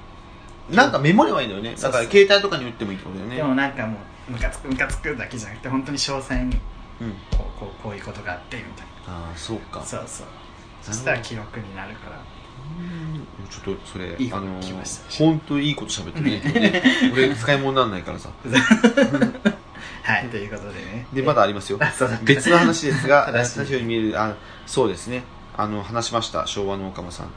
[SPEAKER 1] なんかメモればいいんだよねだから携帯とかに打ってもいいってことだよ
[SPEAKER 2] 書く
[SPEAKER 1] ね
[SPEAKER 2] でもなんかもうムカつくムカつくだけじゃなくて本当に詳細に
[SPEAKER 1] うん
[SPEAKER 2] こうこうこういうことがあってみたい
[SPEAKER 1] ああそうか
[SPEAKER 2] なそうそう
[SPEAKER 1] なるほど
[SPEAKER 2] そしたら記録になるから
[SPEAKER 1] うんちょっとそれ
[SPEAKER 2] いいこ
[SPEAKER 1] あ
[SPEAKER 2] と
[SPEAKER 1] の
[SPEAKER 2] 聞きました
[SPEAKER 1] 本当いいこと喋ってね今日 ね俺使い物にならないからさ
[SPEAKER 2] はいということでね
[SPEAKER 1] でまだありますよ
[SPEAKER 2] あそうだ
[SPEAKER 1] 別の話ですが
[SPEAKER 2] 正しい
[SPEAKER 1] スタジオに見えるあそうですねあの話しました昭和の岡間さん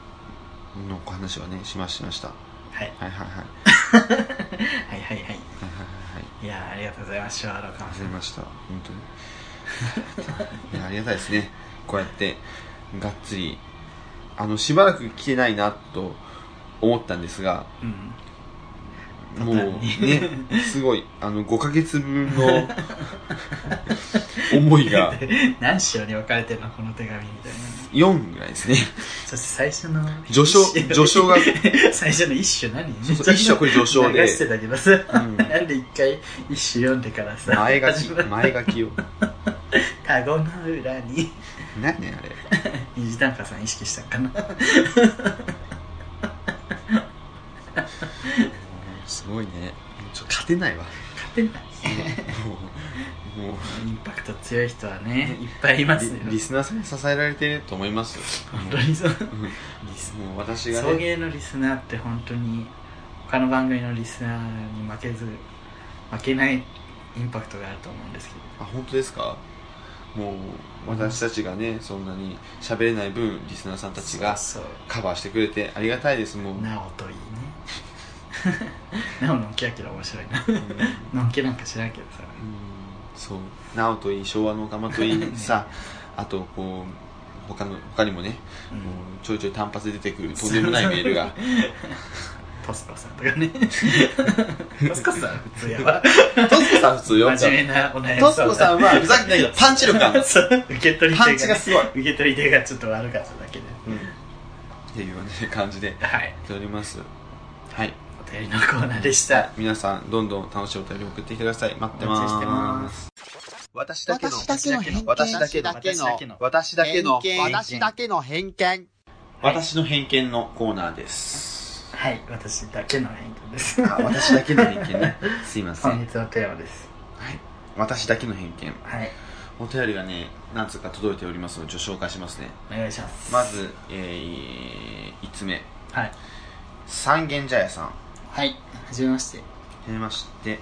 [SPEAKER 1] の話はねしましましたは
[SPEAKER 2] はい
[SPEAKER 1] いはいはいはいはい
[SPEAKER 2] はいはい
[SPEAKER 1] は
[SPEAKER 2] はい
[SPEAKER 1] いはい
[SPEAKER 2] いやーありがとうございますシュワローカン
[SPEAKER 1] 忘れました本当に いやありがたいですねこうやってがっつりあのしばらく来てないなと思ったんですが
[SPEAKER 2] うん
[SPEAKER 1] もう
[SPEAKER 2] 途端に
[SPEAKER 1] ね すごいあの5ヶ月分の 思いが
[SPEAKER 2] 何章に分かれてるのこの手紙みたいな
[SPEAKER 1] 4ぐらいですね
[SPEAKER 2] そして最初の
[SPEAKER 1] 序章序章が
[SPEAKER 2] 最初の一首何
[SPEAKER 1] そうそう一首これ序章で
[SPEAKER 2] 流してたけどさ、
[SPEAKER 1] ん
[SPEAKER 2] なんで一回一首読んでからさ
[SPEAKER 1] 前書
[SPEAKER 2] 始
[SPEAKER 1] き
[SPEAKER 2] ま る
[SPEAKER 1] 前書きを
[SPEAKER 2] カゴの裏に
[SPEAKER 1] 何ねあれ
[SPEAKER 2] 虹短歌さん意識したんかな
[SPEAKER 1] すごいねちょ勝てないわ
[SPEAKER 2] 勝てない
[SPEAKER 1] もうもう
[SPEAKER 2] インパクト強い人はねいっぱいいますよ
[SPEAKER 1] リリスナーさんに支えられてると思いますよ
[SPEAKER 2] 本当にそう
[SPEAKER 1] うん
[SPEAKER 2] リス
[SPEAKER 1] もう私が
[SPEAKER 2] 送
[SPEAKER 1] ね
[SPEAKER 2] 迎のリスナーって本当に他の番組のリスナーに負けず負けないインパクトがあると思うんですけど
[SPEAKER 1] あ本当ですかもう私たちがねそんなに喋れない分リスナーさんたちが
[SPEAKER 2] そう
[SPEAKER 1] カバーしてくれてありがたいですもう、うん
[SPEAKER 2] なおといいねなおのんきやけど面白いなのんきなんか知らんけどさ
[SPEAKER 1] そうなおといい昭和の岡間といいさあとこう他の他にもね、
[SPEAKER 2] うん
[SPEAKER 1] もうちょいちょい単発で出てくるとんでもないメールが
[SPEAKER 2] トスコさんとかねトスコさんは普通や わ
[SPEAKER 1] トスコさん普通よ
[SPEAKER 2] 真面目なお悩み
[SPEAKER 1] トスコさ
[SPEAKER 2] ん
[SPEAKER 1] んはふざけてないけどパンチ力ある
[SPEAKER 2] そう受け取り手が
[SPEAKER 1] パンチがすごい
[SPEAKER 2] 受け取り手がちょっと悪かっただけで
[SPEAKER 1] うんっていうような感じでや
[SPEAKER 2] はい
[SPEAKER 1] っておりますはい
[SPEAKER 2] お便りのコーナーでした
[SPEAKER 1] 皆さんどんどん楽しいお便り送ってきてください待って
[SPEAKER 2] お待
[SPEAKER 1] ま
[SPEAKER 2] ち
[SPEAKER 1] す
[SPEAKER 2] してます
[SPEAKER 1] 私だけの
[SPEAKER 3] 私だけの偏見
[SPEAKER 1] 私だけの
[SPEAKER 3] 私だけの
[SPEAKER 1] 私だけの
[SPEAKER 3] 偏見私だけの偏見
[SPEAKER 1] 私の偏見のコーナーです
[SPEAKER 2] はい私だけの偏見です
[SPEAKER 1] あ私だけの偏見ねすいません、は
[SPEAKER 2] 本
[SPEAKER 1] い、
[SPEAKER 2] 日のテーマです
[SPEAKER 1] 私だけの偏見
[SPEAKER 2] はい
[SPEAKER 1] お便りがね何つうか届いておりますのでちょっと紹介しますね
[SPEAKER 2] お願いします
[SPEAKER 1] まず、えー、5つ目
[SPEAKER 2] はい
[SPEAKER 1] 三軒茶屋さんは
[SPEAKER 2] はいはじめまして
[SPEAKER 1] じめまして、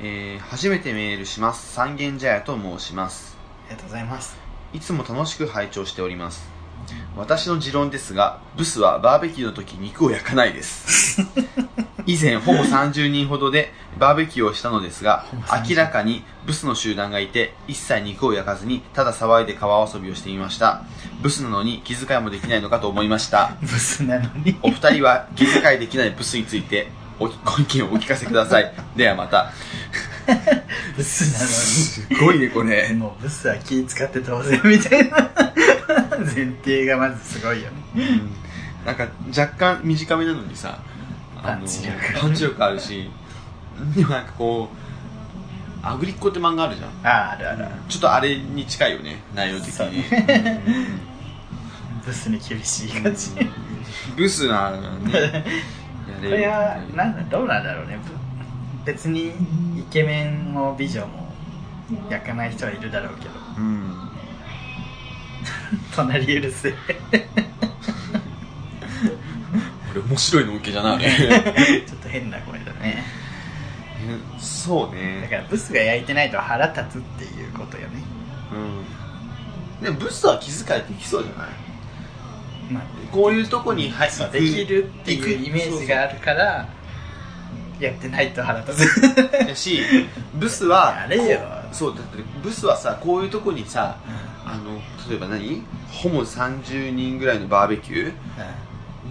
[SPEAKER 1] えー、初めてメールします三軒茶屋と申します
[SPEAKER 2] ありがとうございます
[SPEAKER 1] いいつも楽しく拝聴しております私の持論ですがブスはバーベキューの時肉を焼かないです 以前ほぼ30人ほどでバーベキューをしたのですが
[SPEAKER 2] ほぼ30
[SPEAKER 1] 明らかにブスの集団がいて一切肉を焼かずにただ騒いで川遊びをしていましたブスなのに気遣いもできないのかと思いました
[SPEAKER 2] ブスなのに
[SPEAKER 1] お二人は気遣いできないブスについておご意見をお聞かせくださいではまた
[SPEAKER 2] ブス
[SPEAKER 1] すごいねこ
[SPEAKER 2] なの
[SPEAKER 1] れ
[SPEAKER 2] にもうブスは気使って当然みたいな前提がまずすごいよね
[SPEAKER 1] なんか若干短めなのにさあ
[SPEAKER 2] パ
[SPEAKER 1] の
[SPEAKER 2] ンチ力
[SPEAKER 1] パンチ力あるしでもなんかこう「アグリッコ」って漫画あるじゃん
[SPEAKER 2] あああるあるある
[SPEAKER 1] ちょっとあれに近いよね内容的に
[SPEAKER 2] ブスに厳しい感じこ
[SPEAKER 1] うんブスなのねやれる
[SPEAKER 2] れはなんだどうなんだろうねぶ別にイケメンも美女も焼かない人はいるだろうけど
[SPEAKER 1] うん
[SPEAKER 2] 隣うるせえ
[SPEAKER 1] 俺面白いの受けじゃ ない
[SPEAKER 2] ちょっと変な声だね
[SPEAKER 1] そう
[SPEAKER 2] だ
[SPEAKER 1] ね
[SPEAKER 2] からブスが焼いてないと腹立つっていうことよね
[SPEAKER 1] うんでもブスは気遣いできそうじゃない
[SPEAKER 2] まあ
[SPEAKER 1] こういうとこに入
[SPEAKER 2] そうできるっていうイメージがあるからやってないと腹 立つ
[SPEAKER 1] だしブスは
[SPEAKER 2] やれよ
[SPEAKER 1] こうそうだってブスはさこういうとこにさあの例えば何ホモ30人ぐらいのバーベキュー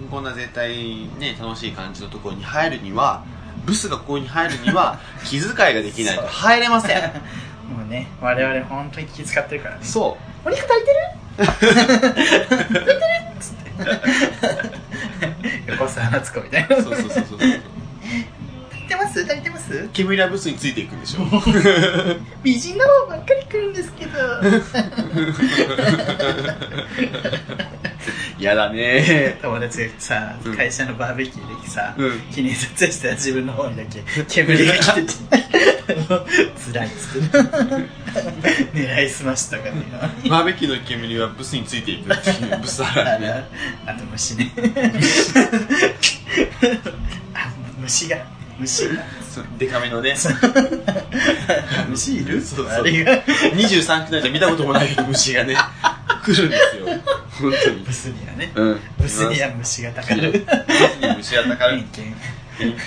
[SPEAKER 1] こんな絶対ね楽しい感じのところに入るにはブスがここに入るに は気遣いができないと
[SPEAKER 2] そう
[SPEAKER 1] 入れません
[SPEAKER 2] もうね我々本当に気遣ってるからね
[SPEAKER 1] そ
[SPEAKER 2] お肉炊いてる 炊いてるっつって横澤夏子みたいな
[SPEAKER 1] うそうそうそうそう
[SPEAKER 2] 炊いてます炊いてます
[SPEAKER 1] 煙はブスについていくんでしょ
[SPEAKER 2] 美人の方ばっかり来るんですけど
[SPEAKER 1] やだね
[SPEAKER 2] 友達がさ
[SPEAKER 1] うん
[SPEAKER 2] 会社のバーベキューでさ、
[SPEAKER 1] うん
[SPEAKER 2] 記念撮影したら自分 の方にだけ煙が来ててつらいっつって狙いすましたからね
[SPEAKER 1] バーベキューの煙はブスについていくっていうブスあるあ
[SPEAKER 2] あ
[SPEAKER 1] るね
[SPEAKER 2] らあと 虫ねあ虫が虫が
[SPEAKER 1] そうデカめのね
[SPEAKER 2] 虫いる
[SPEAKER 1] そうそう
[SPEAKER 2] あれが
[SPEAKER 1] 23区内じゃ見たこともない虫が ね来るんです よ本当に
[SPEAKER 2] ブスにはね
[SPEAKER 1] うん
[SPEAKER 2] ブスには虫がたか
[SPEAKER 1] います
[SPEAKER 2] る
[SPEAKER 1] ブスに虫がたかる
[SPEAKER 2] 偏見
[SPEAKER 1] 偏見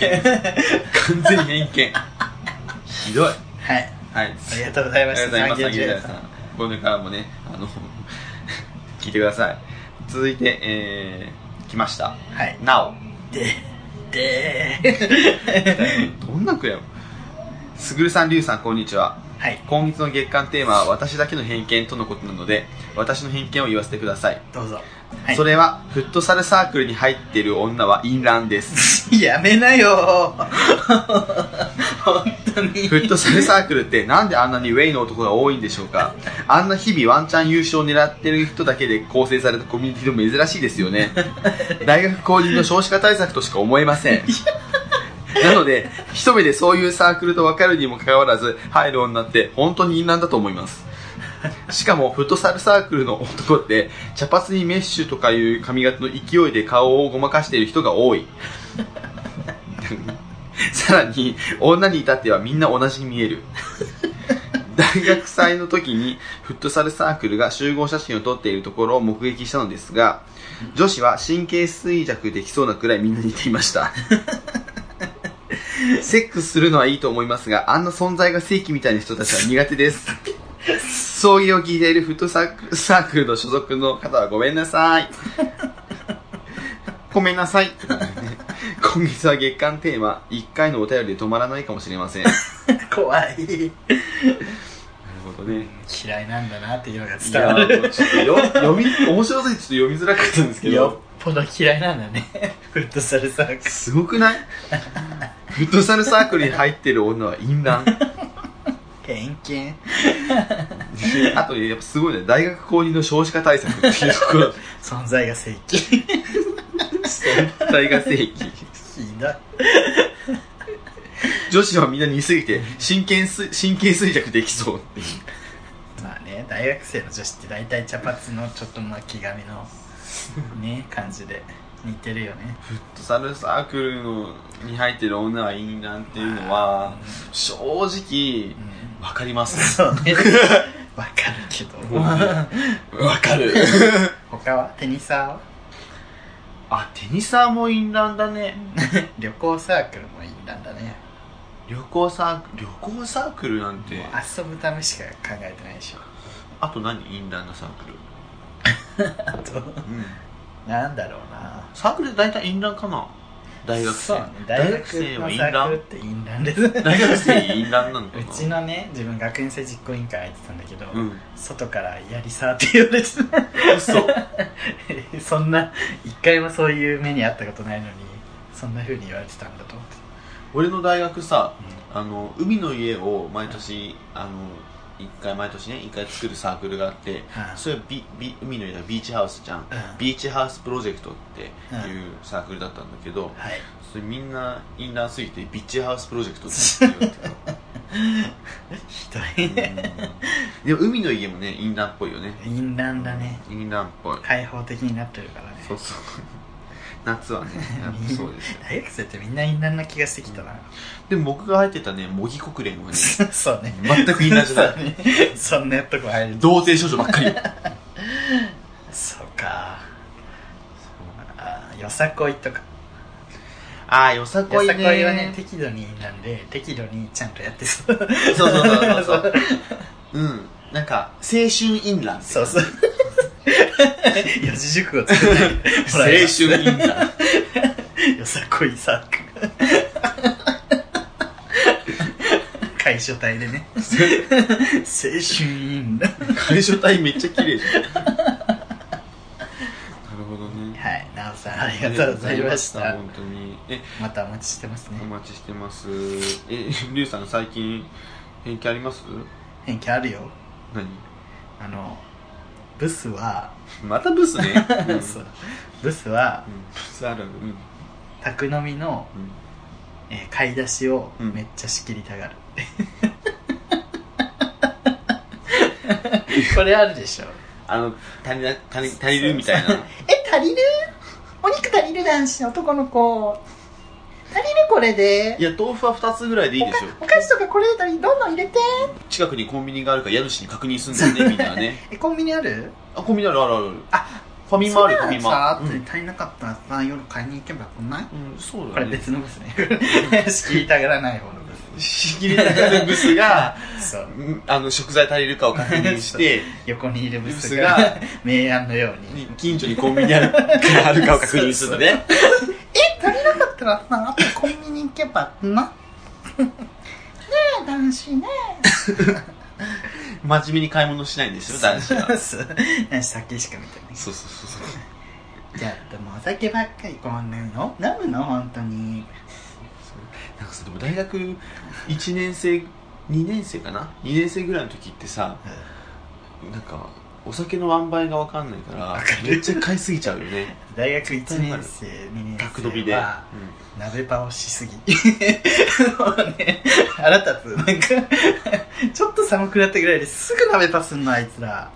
[SPEAKER 1] 完全に偏見ひどい
[SPEAKER 2] はい
[SPEAKER 1] はい
[SPEAKER 2] ありがとうござい
[SPEAKER 1] あ
[SPEAKER 2] ま
[SPEAKER 1] りがとう
[SPEAKER 2] し
[SPEAKER 1] ございます。
[SPEAKER 2] た三軒茶
[SPEAKER 1] 柳
[SPEAKER 2] 屋
[SPEAKER 1] さ
[SPEAKER 2] さん
[SPEAKER 1] ん。これからもね、あの、 聞いてください。続いて、えー、来ました。
[SPEAKER 2] はい
[SPEAKER 1] なお。
[SPEAKER 2] でで
[SPEAKER 1] どんな句やよ。すぐるさん、りゅうさん、こんにちは。
[SPEAKER 2] はい
[SPEAKER 1] 今月の月間テーマは私だけの偏見とのことなので、私の偏見を言わせてください。
[SPEAKER 2] どうぞはい
[SPEAKER 1] それは、フットサルサークルに入ってる女は淫乱です。
[SPEAKER 2] やめなよ本当に
[SPEAKER 1] フットサルサークルってなんであんなにウェイの男が多いんでしょうかあんな日々ワンチャン優勝を狙ってる人だけで構成されたコミュニティでも珍しいですよね大学公認の少子化対策としか思えませんなので一目でそういうサークルと分かるにもかかわらず入る女って本当に淫乱だと思いますしかもフットサルサークルの男って茶髪にメッシュとかいう髪型の勢いで顔をごまかしている人が多い さらに女に至ってはみんな同じに見える大学祭の時にフットサルサークルが集合写真を撮っているところを目撃したのですが女子は神経衰弱できそうなくらいみんな似ていましたセックスするのはいいと思いますがあんな存在が正規みたいな人たちは苦手です葬儀を聞いているフットサークサークルの所属の方はごめんなさいごめんなさい。今月は月間テーマ、1回のお便りで止まらないかもしれません。なる
[SPEAKER 2] 怖い
[SPEAKER 1] ほどね。
[SPEAKER 2] 嫌いなんだなっていうのが
[SPEAKER 1] い
[SPEAKER 2] 伝
[SPEAKER 1] や
[SPEAKER 2] わる
[SPEAKER 1] ーちょっとよ読み、面白すぎてちょっと読みづらかったんですけ
[SPEAKER 2] よ
[SPEAKER 1] ど、
[SPEAKER 2] っぽど嫌いなんだね フットサルサークル
[SPEAKER 1] すごくないフットサルサークルに入ってる女は淫乱。
[SPEAKER 2] 偏見
[SPEAKER 1] あと、やっぱすごいね。大学公認の少子化対策っていうところ、
[SPEAKER 2] 存在が正規
[SPEAKER 1] 存在が正規。
[SPEAKER 2] ひどい
[SPEAKER 1] 女子はみんな似すぎて、神経衰神経衰弱できそうっていう。
[SPEAKER 2] まあね大学生の女子って大体茶髪のちょっと巻き髪のね感じで似てるよね
[SPEAKER 1] フットサルサークルのに入ってる女は淫乱っていうのは、正直
[SPEAKER 2] うん
[SPEAKER 1] わかります
[SPEAKER 2] そうねわかるけど
[SPEAKER 1] もうねわかる
[SPEAKER 2] 他はテニサ
[SPEAKER 1] あテニサーも淫乱だね
[SPEAKER 2] ー旅行サークルもいいんだね
[SPEAKER 1] 旅行サーク旅行サークルなんて
[SPEAKER 2] もう遊ぶためしか考えてないでしょ
[SPEAKER 1] あと何淫乱なサークル、
[SPEAKER 2] あと
[SPEAKER 1] うん、
[SPEAKER 2] なんだろうな
[SPEAKER 1] サークルで大体淫乱かな大学生、
[SPEAKER 2] そうね大学生は
[SPEAKER 1] は
[SPEAKER 2] イン
[SPEAKER 1] 淫
[SPEAKER 2] ラン
[SPEAKER 1] 乱
[SPEAKER 2] ってインランですう
[SPEAKER 1] 大学生淫乱なのかな
[SPEAKER 2] ちのね自分学園生実行委員会入ってたんだけど、
[SPEAKER 1] うん
[SPEAKER 2] 外からやりさーって言われてた
[SPEAKER 1] 嘘
[SPEAKER 2] そんな一回もそういう目にあったことないのにそんな風に言われてたんだと思って、
[SPEAKER 1] 俺の大学さあの海の家を毎年あの一回毎年ね一回作るサークルがあって
[SPEAKER 2] はあ
[SPEAKER 1] それはビビ海の家がビーチハウスじゃん
[SPEAKER 2] うん
[SPEAKER 1] ビーチハウスプロジェクトっていうサークルだったんだけど
[SPEAKER 2] はい
[SPEAKER 1] それみんなインランすぎてビーチハウスプロジェクトって言われてたう
[SPEAKER 2] ひどい
[SPEAKER 1] んでも海の家もねインランっぽいよね
[SPEAKER 2] インランだね
[SPEAKER 1] インランっぽい
[SPEAKER 2] 開放的になってるからね
[SPEAKER 1] そうそう夏 はねやっぱそうですよ
[SPEAKER 2] 大学生ってみんなインランな気がしてきたな、
[SPEAKER 1] でも僕が入ってたね模擬国連はね
[SPEAKER 2] そうね
[SPEAKER 1] 全くインランじゃない
[SPEAKER 2] そうねそんなとこ入る
[SPEAKER 1] 童貞少女ばっかり
[SPEAKER 2] そうかあーよさこいとか
[SPEAKER 1] ああよさこ
[SPEAKER 2] よ
[SPEAKER 1] い
[SPEAKER 2] さ
[SPEAKER 1] ね
[SPEAKER 2] こいはね適度になんで適度にちゃんとやってそ う
[SPEAKER 1] そうそうそうそうそううんなんか青春インラン
[SPEAKER 2] そ うそう四字熟語作んないでも
[SPEAKER 1] 青
[SPEAKER 2] らえ
[SPEAKER 1] 春
[SPEAKER 2] ば
[SPEAKER 1] イ ンラン
[SPEAKER 2] よさこいサークル会所隊でね 青春インラン
[SPEAKER 1] 会所隊めっちゃ綺麗じゃん なるほどね
[SPEAKER 2] はいなおさんありがとうございました
[SPEAKER 1] ありがとうございました本当にえ
[SPEAKER 2] またお待ちしてますね
[SPEAKER 1] お待ちしてますえりゅうさん最近偏見あります
[SPEAKER 2] 偏見あるよ
[SPEAKER 1] 何
[SPEAKER 2] あのブスは、
[SPEAKER 1] またブス ね、うん、うんブ
[SPEAKER 2] そうブスは
[SPEAKER 1] スあるあるうん
[SPEAKER 2] 宅飲みの、
[SPEAKER 1] うん
[SPEAKER 2] えー買い出しを
[SPEAKER 1] うん
[SPEAKER 2] めっちゃ仕切り たがる、これあるでしょ
[SPEAKER 1] あの足りな足り足りるみたいな
[SPEAKER 2] え足りるお肉足りる男子男の子足りるこれで
[SPEAKER 1] いや豆腐は2つぐらいでいいでしょ
[SPEAKER 2] お菓子とかこれだりどんどん入れて
[SPEAKER 1] 近くにコンビニがあるから家主に確認すんだよねみんなはね
[SPEAKER 2] えコンビニある
[SPEAKER 1] あコンビニあるあるある
[SPEAKER 2] あ
[SPEAKER 1] ファミマあるファミマ
[SPEAKER 2] さ、
[SPEAKER 1] うん
[SPEAKER 2] 足りなかったらさ夜買いに行けばこんない
[SPEAKER 1] うん、そう
[SPEAKER 2] こ
[SPEAKER 1] だ
[SPEAKER 2] れ
[SPEAKER 1] ね
[SPEAKER 2] 別のブスね 仕切りたがらない方のブ
[SPEAKER 1] 仕切りたがるブスが
[SPEAKER 2] スそう
[SPEAKER 1] うんあの食材足りるかを確認 して
[SPEAKER 2] 横にいるブス
[SPEAKER 1] ブ
[SPEAKER 2] が明暗のように
[SPEAKER 1] に近所にコンビニあるかあるかを確認するのね
[SPEAKER 2] え足りなかったらさあとコンビニ行けばな ねえ男子ね
[SPEAKER 1] 真面目に買い物しないんですよ男子は
[SPEAKER 2] そう 男子酒しか見てない
[SPEAKER 1] そうそうそうそう
[SPEAKER 2] じゃあでもお酒ばっかりこんなの飲むの本当に
[SPEAKER 1] なんかさでも大学1年生2年生かな2年生ぐらいの時ってさなんかお酒の塩梅が分かんないからめっちゃ買いすぎちゃうよね
[SPEAKER 2] 大学1年生2年
[SPEAKER 1] 宅飲み
[SPEAKER 2] 生
[SPEAKER 1] で、
[SPEAKER 2] は
[SPEAKER 1] うん
[SPEAKER 2] 鍋パをしすぎもうね腹立つなんかちょっと寒くなったぐらいですぐ鍋パすんのあいつら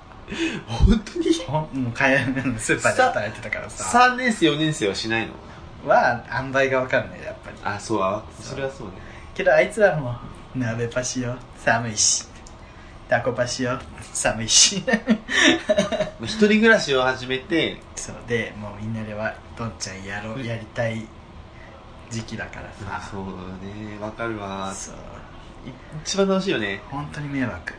[SPEAKER 1] 本当に
[SPEAKER 2] ほんもう買えスーパーで働いてたからさ
[SPEAKER 1] 3年生4年生はしないの
[SPEAKER 2] は塩梅が分かんないやっぱり
[SPEAKER 1] あそうあそれはそうね
[SPEAKER 2] けどあいつらも鍋パしよう寒いしたこパしよう寒いし
[SPEAKER 1] まあ一人暮らしを始めて
[SPEAKER 2] そうでもうみんなではどんちゃんやろうやりたい時期だからさ
[SPEAKER 1] そうだねわかるわ
[SPEAKER 2] そう
[SPEAKER 1] 一番楽しいよね
[SPEAKER 2] 本当に 迷惑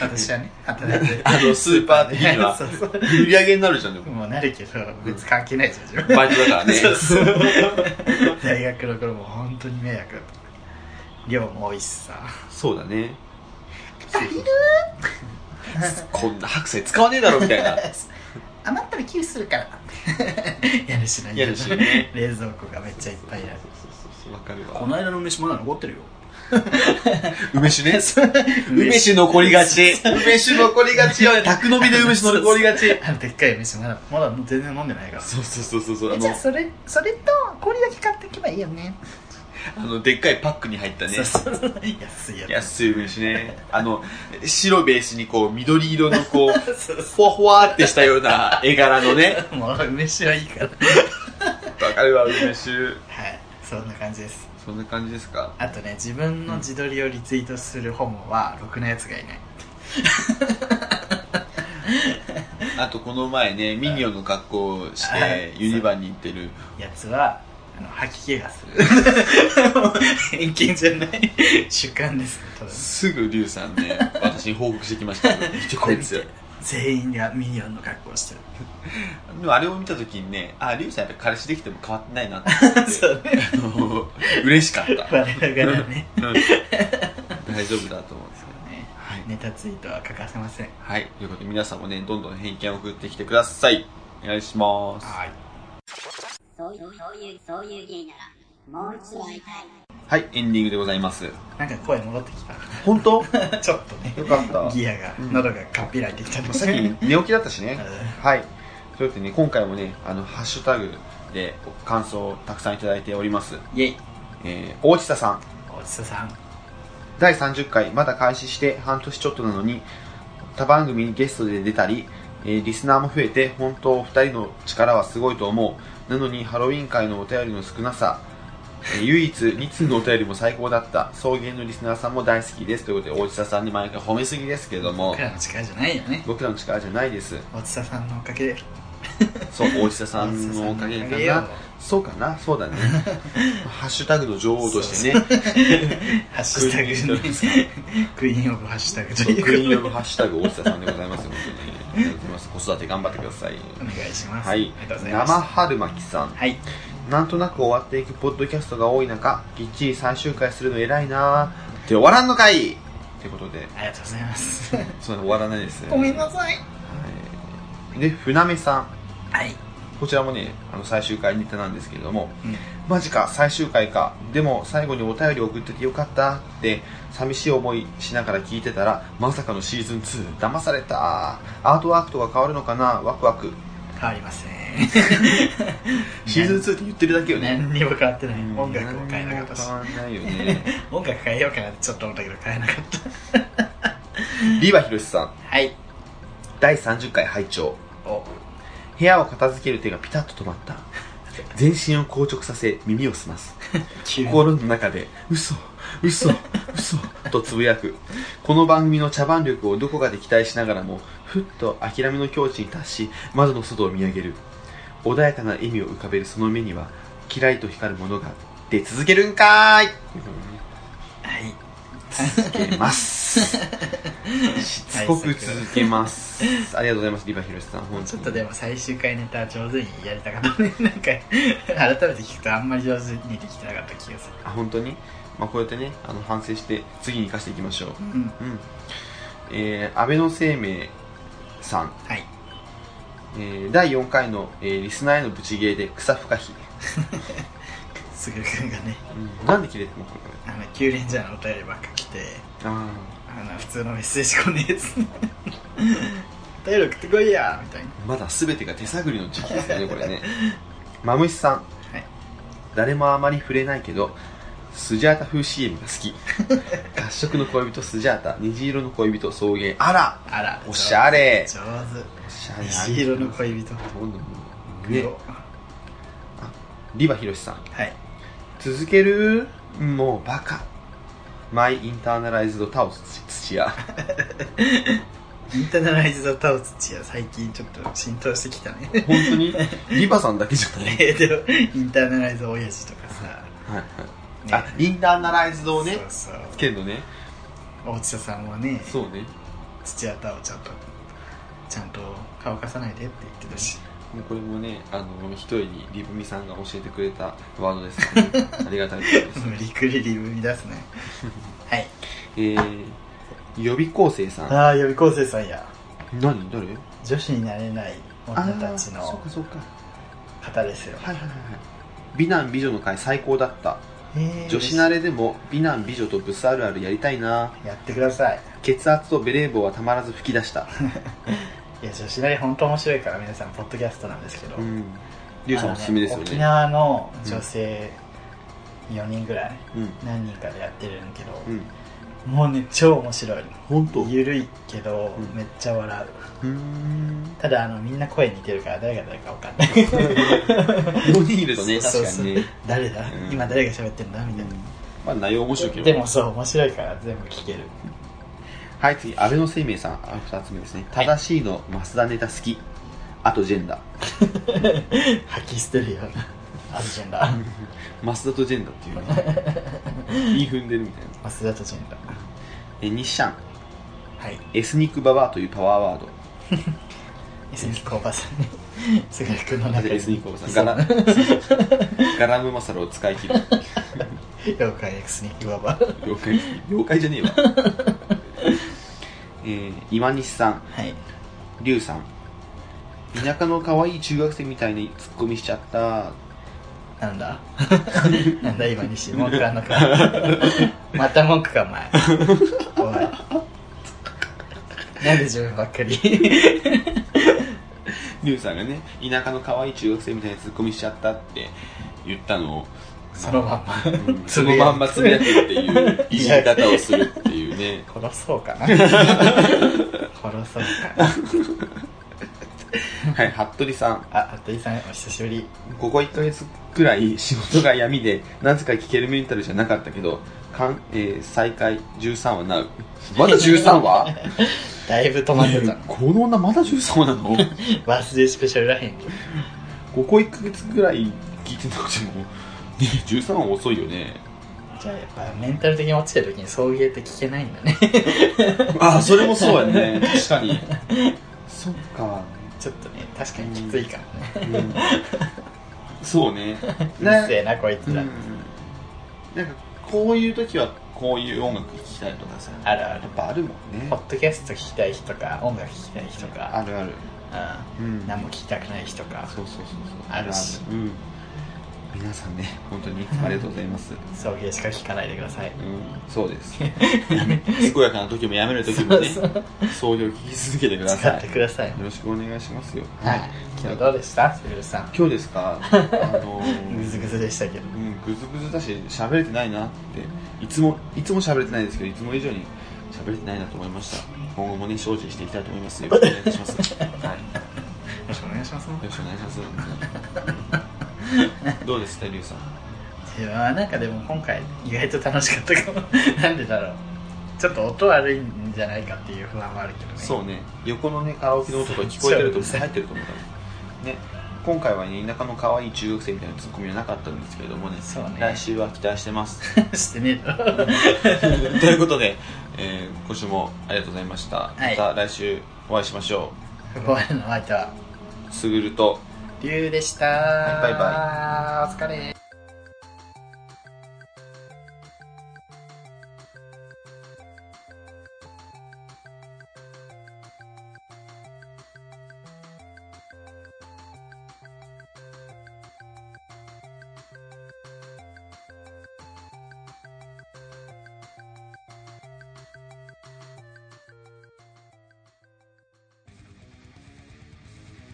[SPEAKER 2] 私はね働いてる
[SPEAKER 1] あのスーパー的には
[SPEAKER 2] そうそう
[SPEAKER 1] 売り上げになるじゃんでも
[SPEAKER 2] もうなるけど別に関係ないじゃん自分
[SPEAKER 1] バイトだ からね
[SPEAKER 2] そうそう大学の頃も本当に迷惑だった量も多いしさ
[SPEAKER 1] そうだねこんな白菜使わねえだろみたいな
[SPEAKER 2] 余ったら寄付するから やるしない
[SPEAKER 1] やるしね
[SPEAKER 2] 冷蔵庫がめっちゃいっぱいある
[SPEAKER 1] そうそうそうわかるわ
[SPEAKER 2] この間の梅酒まだ残ってるよ
[SPEAKER 1] 梅酒ね梅酒残りが ち梅酒残りがちよね宅飲みで梅酒残りがち
[SPEAKER 2] あの でっかい梅酒まだまだ全然飲んでないから
[SPEAKER 1] そうそうそうそうそうあ
[SPEAKER 2] え
[SPEAKER 1] の
[SPEAKER 2] それそれと氷だけ買っていけばいいよね
[SPEAKER 1] あのでっかいパックに入ったね
[SPEAKER 2] そうそうそう安いやつ
[SPEAKER 1] 安い梅酒ねあの白ベースにこう緑色のこう
[SPEAKER 2] そうそ
[SPEAKER 1] ふわふわってしたような絵柄のね
[SPEAKER 2] うもう梅酒はいいから
[SPEAKER 1] わかるわ梅酒
[SPEAKER 2] はいそんな感じです
[SPEAKER 1] そんな感じですか
[SPEAKER 2] あとね自分の自撮りをリツイートするホモはろくなやつがいない
[SPEAKER 1] あとこの前ねミニオンの格好をし
[SPEAKER 2] は
[SPEAKER 1] て
[SPEAKER 2] い
[SPEAKER 1] ユニバンに行ってる
[SPEAKER 2] やつはあの吐き気がする偏見じゃない主観ですねただ
[SPEAKER 1] すぐリュウさんね私に報告してきましたよ見てこ いつ
[SPEAKER 2] 全員がミニオンの格好をしてる
[SPEAKER 1] でもあれを見た時にねあリュウさんやっぱ彼氏できても変わってないなって思って
[SPEAKER 2] そう ね
[SPEAKER 1] あの 嬉しかった
[SPEAKER 2] 我ながらね
[SPEAKER 1] うん大丈夫だと思うんですけど
[SPEAKER 2] ね
[SPEAKER 1] はい
[SPEAKER 2] ネタツイートは欠かせません
[SPEAKER 1] はい、ということで皆さんもね、どんどん偏見を送ってきてください。お願いします。
[SPEAKER 2] はい
[SPEAKER 4] そういう、そういう、そういう芸なら、もう一度会いたい。
[SPEAKER 1] はい、エンディングでございます。
[SPEAKER 2] なんか声戻ってき
[SPEAKER 1] 本当よ
[SPEAKER 2] たちょっとね
[SPEAKER 1] かった。
[SPEAKER 2] ギアが喉がかっぴらいてきたんです
[SPEAKER 1] さっき寝起きだったしね。
[SPEAKER 2] は
[SPEAKER 1] はい。ということでね、今回もね、あの、ハッシュタグで感想をたくさんいただいております。
[SPEAKER 2] いイェイ
[SPEAKER 1] えー、大地田さん、
[SPEAKER 2] おじささん
[SPEAKER 1] 第30回、まだ開始して半年ちょっとなのに、他番組にゲストで出たり、えーリスナーも増えて、本当お二人の力はすごいと思う。なのに、ハロウィン会のお便りの少なさ、えー唯一2通のお便りも最高だった。送迎のリスナーさんも大好きです。ということで、大地田さんに毎回褒めすぎですけれども
[SPEAKER 2] 僕、らの力じゃないよね
[SPEAKER 1] 僕らの力じゃないです。
[SPEAKER 2] おじささんのおかげで
[SPEAKER 1] そう、大地田さんのおかげかな。そうかな、そう だね。ハッシュタグの女王としてね、
[SPEAKER 2] ハッシュタグねクイーンオブハッシュタグということ
[SPEAKER 1] ク
[SPEAKER 2] で
[SPEAKER 1] イーンオブハッシュタグ大地田さんでございます。本当に。ありがとうございます子育て頑張ってください。
[SPEAKER 2] お願いします
[SPEAKER 1] はい
[SPEAKER 2] ありがとうございます
[SPEAKER 1] 生春巻さん
[SPEAKER 2] はい
[SPEAKER 1] なんとなく終わっていくポッドキャストが多い中ぎっちり最終回するの偉いなーって終わらんのかいってことで
[SPEAKER 2] ありがとうございます
[SPEAKER 1] そう終わらないですね
[SPEAKER 2] ごめんなさい
[SPEAKER 1] はいで船目さん
[SPEAKER 2] はい
[SPEAKER 1] こちらもねあの最終回ネタなんですけれども
[SPEAKER 2] うん
[SPEAKER 1] マジか最終回かでも最後にお便り送っててよかったって寂しい思いしながら聞いてたらまさかのシーズン2騙されたアートワークとか変わるのかなワクワク
[SPEAKER 2] 変わりません
[SPEAKER 1] シーズン2って言ってるだけよね
[SPEAKER 2] 何にも変わってない音楽も変えなかったし
[SPEAKER 1] 何も変わんないよね
[SPEAKER 2] 音楽変えようかなってちょっと思ったけど変えなかった
[SPEAKER 1] リバヒロシさん
[SPEAKER 2] はい
[SPEAKER 1] 第30回拝聴
[SPEAKER 2] お
[SPEAKER 1] 部屋を片付ける手がピタッと止まった全身を硬直させ耳を澄ます
[SPEAKER 2] 急に
[SPEAKER 1] 心の中で嘘嘘嘘とつぶやくこの番組の茶番力をどこかで期待しながらもふっと諦めの境地に達し窓の外を見上げる穏やかな笑みを浮かべるその目にはキラリと光るものが出続けるんかーい
[SPEAKER 2] はい
[SPEAKER 1] 続けます。しつこく続けます。ありがとうございます、リバヒロシさん。本当に
[SPEAKER 2] ちょっとでも最終回ネタ上手にやりたかったねなんか改めて聞くとあんまり上手にできてなかった気がする
[SPEAKER 1] あ本当に、まあ、こうやってね、あの反省して、次に生かしていきましょう。
[SPEAKER 2] うん
[SPEAKER 1] うん。えー、安倍の生命さん、
[SPEAKER 2] はい
[SPEAKER 1] えー、第4回の、えーリスナーへのブチゲーで草不可避。
[SPEAKER 2] すぐくんがね
[SPEAKER 1] うん、なんで切れてもこれ
[SPEAKER 2] あの9連じゃのお便りばっか来て
[SPEAKER 1] あ
[SPEAKER 2] あの普通のメッセージ来ねえやつお便り送ってこいやみたいな
[SPEAKER 1] ーまだ全てが手探りの時期ですよ ね、これね。マムシさん、
[SPEAKER 2] はい
[SPEAKER 1] 誰もあまり触れないけどスジャータ風 CM が好き 褐色の恋人スジャータ虹色の恋人送迎あら
[SPEAKER 2] あら
[SPEAKER 1] おしゃれ
[SPEAKER 2] 上
[SPEAKER 1] おしゃ
[SPEAKER 2] 手虹色の恋人
[SPEAKER 1] 人ね
[SPEAKER 2] 黒
[SPEAKER 1] リバヒロシさん
[SPEAKER 2] はい
[SPEAKER 1] 続けるもうバカマイインターナライズドタオツ土 屋
[SPEAKER 2] インターナライズドタオツチは最近ちょっと浸透してきたね
[SPEAKER 1] 本当にリバさんだけじゃない、
[SPEAKER 2] えでもインターナライズド親父とかさ、
[SPEAKER 1] はいはい
[SPEAKER 2] ね
[SPEAKER 1] あインターナライズドをね
[SPEAKER 2] そうそう
[SPEAKER 1] つけるのね
[SPEAKER 2] 大津田さんはね
[SPEAKER 1] そうね
[SPEAKER 2] 土屋太鳳ちゃんとちゃんと乾かさないでって言ってたし
[SPEAKER 1] もうこれもねあの一人にリブミさんが教えてくれたワードですから ねありがたいことです
[SPEAKER 2] 無理くりリブみ出 すねはい
[SPEAKER 1] えー、予備校生さん
[SPEAKER 2] ああ予備校生さんや
[SPEAKER 1] 何誰
[SPEAKER 2] 女子になれない女たち
[SPEAKER 1] あーそう
[SPEAKER 2] の
[SPEAKER 1] かそうか
[SPEAKER 2] 方ですよ
[SPEAKER 1] はいはいはいはい美男美女の会最高だった女子慣
[SPEAKER 2] れ
[SPEAKER 1] れでも美男美女とブスあるあるやりたいな
[SPEAKER 2] やってください
[SPEAKER 1] 血圧とベレー帽はたまらず吹き出 した
[SPEAKER 2] いや女子なれ本当面白いから皆さんポッドキャストなんですけど、
[SPEAKER 1] うんリュウさんおすすめですよ
[SPEAKER 2] あのね沖
[SPEAKER 1] ね
[SPEAKER 2] 縄の女性4人ぐらい、
[SPEAKER 1] うん
[SPEAKER 2] 何人かでやってるんだけど、
[SPEAKER 1] うん
[SPEAKER 2] もうね超面白い
[SPEAKER 1] 本当う
[SPEAKER 2] ゆるいけど、
[SPEAKER 1] うん
[SPEAKER 2] めっちゃ笑
[SPEAKER 1] ーん
[SPEAKER 2] うただあのみんな声似てるから誰が誰か分かんない
[SPEAKER 1] 4人いるとね
[SPEAKER 2] そ
[SPEAKER 1] 確
[SPEAKER 2] う
[SPEAKER 1] か
[SPEAKER 2] そう
[SPEAKER 1] にね
[SPEAKER 2] 誰だ、
[SPEAKER 1] うん
[SPEAKER 2] 今誰が喋ってんだみたいな、
[SPEAKER 1] まあ内容面白いけど
[SPEAKER 2] でもそう面白いから全部聞ける
[SPEAKER 1] はい、次、安倍の生命さん。あ二つ目ですね。正しいの、増田ネタ好き。あとジェンダー。
[SPEAKER 2] 吐き捨てるよあるジェ ンダー
[SPEAKER 1] 増田とジェンダーっていうね。 言い踏んでるみたいな。
[SPEAKER 2] マスダとジェンダー
[SPEAKER 1] え、日シャン。
[SPEAKER 2] はい
[SPEAKER 1] エスニックババアというパワーワード。
[SPEAKER 2] エスニックおばさんねすぐくんの中
[SPEAKER 1] エ
[SPEAKER 2] に
[SPEAKER 1] スニックおばさん。ガラ、ガラムマサルを使い切る。
[SPEAKER 2] 妖怪エスニックババ
[SPEAKER 1] 妖怪、妖怪じゃねえわ。えー、今西さん、
[SPEAKER 2] はい
[SPEAKER 1] 龍さん。田舎の可愛い中学生みたいにツッコミしちゃった。
[SPEAKER 2] な んだなんだ今西文句あんのかまた文句かお前おいなんで自分ばっかり
[SPEAKER 1] 龍さんがね、田舎の可愛い中学生みたいにツッコミしちゃったって言ったのを、
[SPEAKER 2] そのまんま
[SPEAKER 1] うんそのまんまつぶやくっていういじり方をするっていう ね。
[SPEAKER 2] 殺そうかな 殺そうかな
[SPEAKER 1] はい、服部さん。
[SPEAKER 2] あ服部さんお久しぶり
[SPEAKER 1] ここ1ヶ月くらい仕事が闇で、なぜか聞けるメンタルじゃなかったけど、かんえー再開13話なう。まだ13話
[SPEAKER 2] だいぶ止まって たの
[SPEAKER 1] この女まだ13話な の
[SPEAKER 2] バースデースペシャルらへんけど
[SPEAKER 1] ここ1ヶ月くらい聞いてなくても、ね、13話遅いよね。
[SPEAKER 2] じゃあやっぱメンタル的に落ちてる時に送迎って聞けないんだ ね
[SPEAKER 1] あ、それもそうやね。確かに。 そっか。
[SPEAKER 2] ちょっとね確かにきついからね
[SPEAKER 1] うんそうね。
[SPEAKER 2] うっせえなこいつら、
[SPEAKER 1] なんかこういう時はこういう音楽聴きたいとかさ
[SPEAKER 2] あるある
[SPEAKER 1] やっぱあるもんね
[SPEAKER 2] ポッドキャスト聞きたい人か音楽聞きたい人か
[SPEAKER 1] るある
[SPEAKER 2] う
[SPEAKER 1] うん
[SPEAKER 2] ん何も聞きたくない人か
[SPEAKER 1] そうそうそうそう
[SPEAKER 2] あるし
[SPEAKER 1] あるうん皆さんね本当にありがとうござい ます
[SPEAKER 2] 送迎しか聞かないでくださ
[SPEAKER 1] う
[SPEAKER 2] い
[SPEAKER 1] んそうです やめ健やかな時もやめる時もね
[SPEAKER 2] そう
[SPEAKER 1] 創業聞き続けてくだ
[SPEAKER 2] 使
[SPEAKER 1] さ
[SPEAKER 2] っ
[SPEAKER 1] い
[SPEAKER 2] て
[SPEAKER 1] よ
[SPEAKER 2] ください
[SPEAKER 1] ろしくお願いしますよ
[SPEAKER 2] はい昨日どうでしたすぐるさん
[SPEAKER 1] 今日です かあのー
[SPEAKER 2] グズグズでしたけど
[SPEAKER 1] うんグズグズだし喋れてないなっていつもいつも喋れてないですけどいつも以上に喋れてないなと思いました今後もね精進していきたいと思い ますよろしくお願いします、はい
[SPEAKER 2] よろしくお願いします
[SPEAKER 1] よろしくお願いします。どうですか、リュウさん。
[SPEAKER 2] いやーなんかでも今回意外と楽しかったかも なんでだろうちょっと音悪いんじゃないかっていう不安はあるけどね
[SPEAKER 1] そうね、横のね、カラオケの音が聞こえてると思う、入ってると思うから。ね、今回はね、田舎の可愛い中学生みたいなツッコミはなかったんですけれどもね、
[SPEAKER 2] そうね
[SPEAKER 1] 来週は期待してます。
[SPEAKER 2] してねえだ
[SPEAKER 1] と
[SPEAKER 2] ろ
[SPEAKER 1] いうことで、えー今週もありがとうございました。
[SPEAKER 2] は
[SPEAKER 1] ま
[SPEAKER 2] い
[SPEAKER 1] た来週お会いしましょ
[SPEAKER 2] ごめんの相手は
[SPEAKER 1] う。すぐると。
[SPEAKER 2] りゅうでした
[SPEAKER 1] い
[SPEAKER 2] バ
[SPEAKER 1] バイ
[SPEAKER 2] バイお疲れ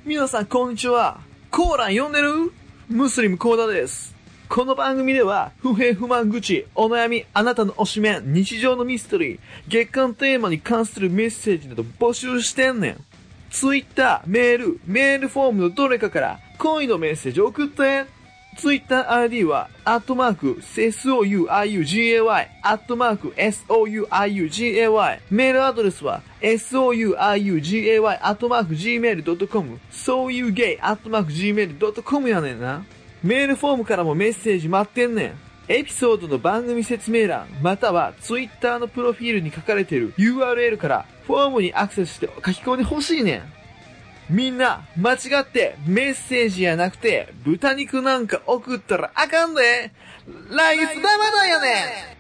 [SPEAKER 5] 皆さんこんにちは。コーラン読んでるムスリムコーダです。この番組では、不平不満愚痴、お悩み、あなたの推しメン、日常のミステリー、月間テーマに関するメッセージなど募集してんねん。ツイッター、メール、メールフォームのどれかから恋のメッセージを送って。ツイッター ID は、アットマーク、souiugay、アットマーク、souiugay。メールアドレスは、souiugay、アットマーク、gmail.com、sougay、アットマーク、gmail.com やねんな。メールフォームからもメッセージ待ってんねん。エピソードの番組説明欄、またはツイッターのプロフィールに書かれている URL から、フォームにアクセスして書き込んでほしいねん。みんな、間違って、メッセージやなくて、豚肉なんか送ったらあかんで来月生だよね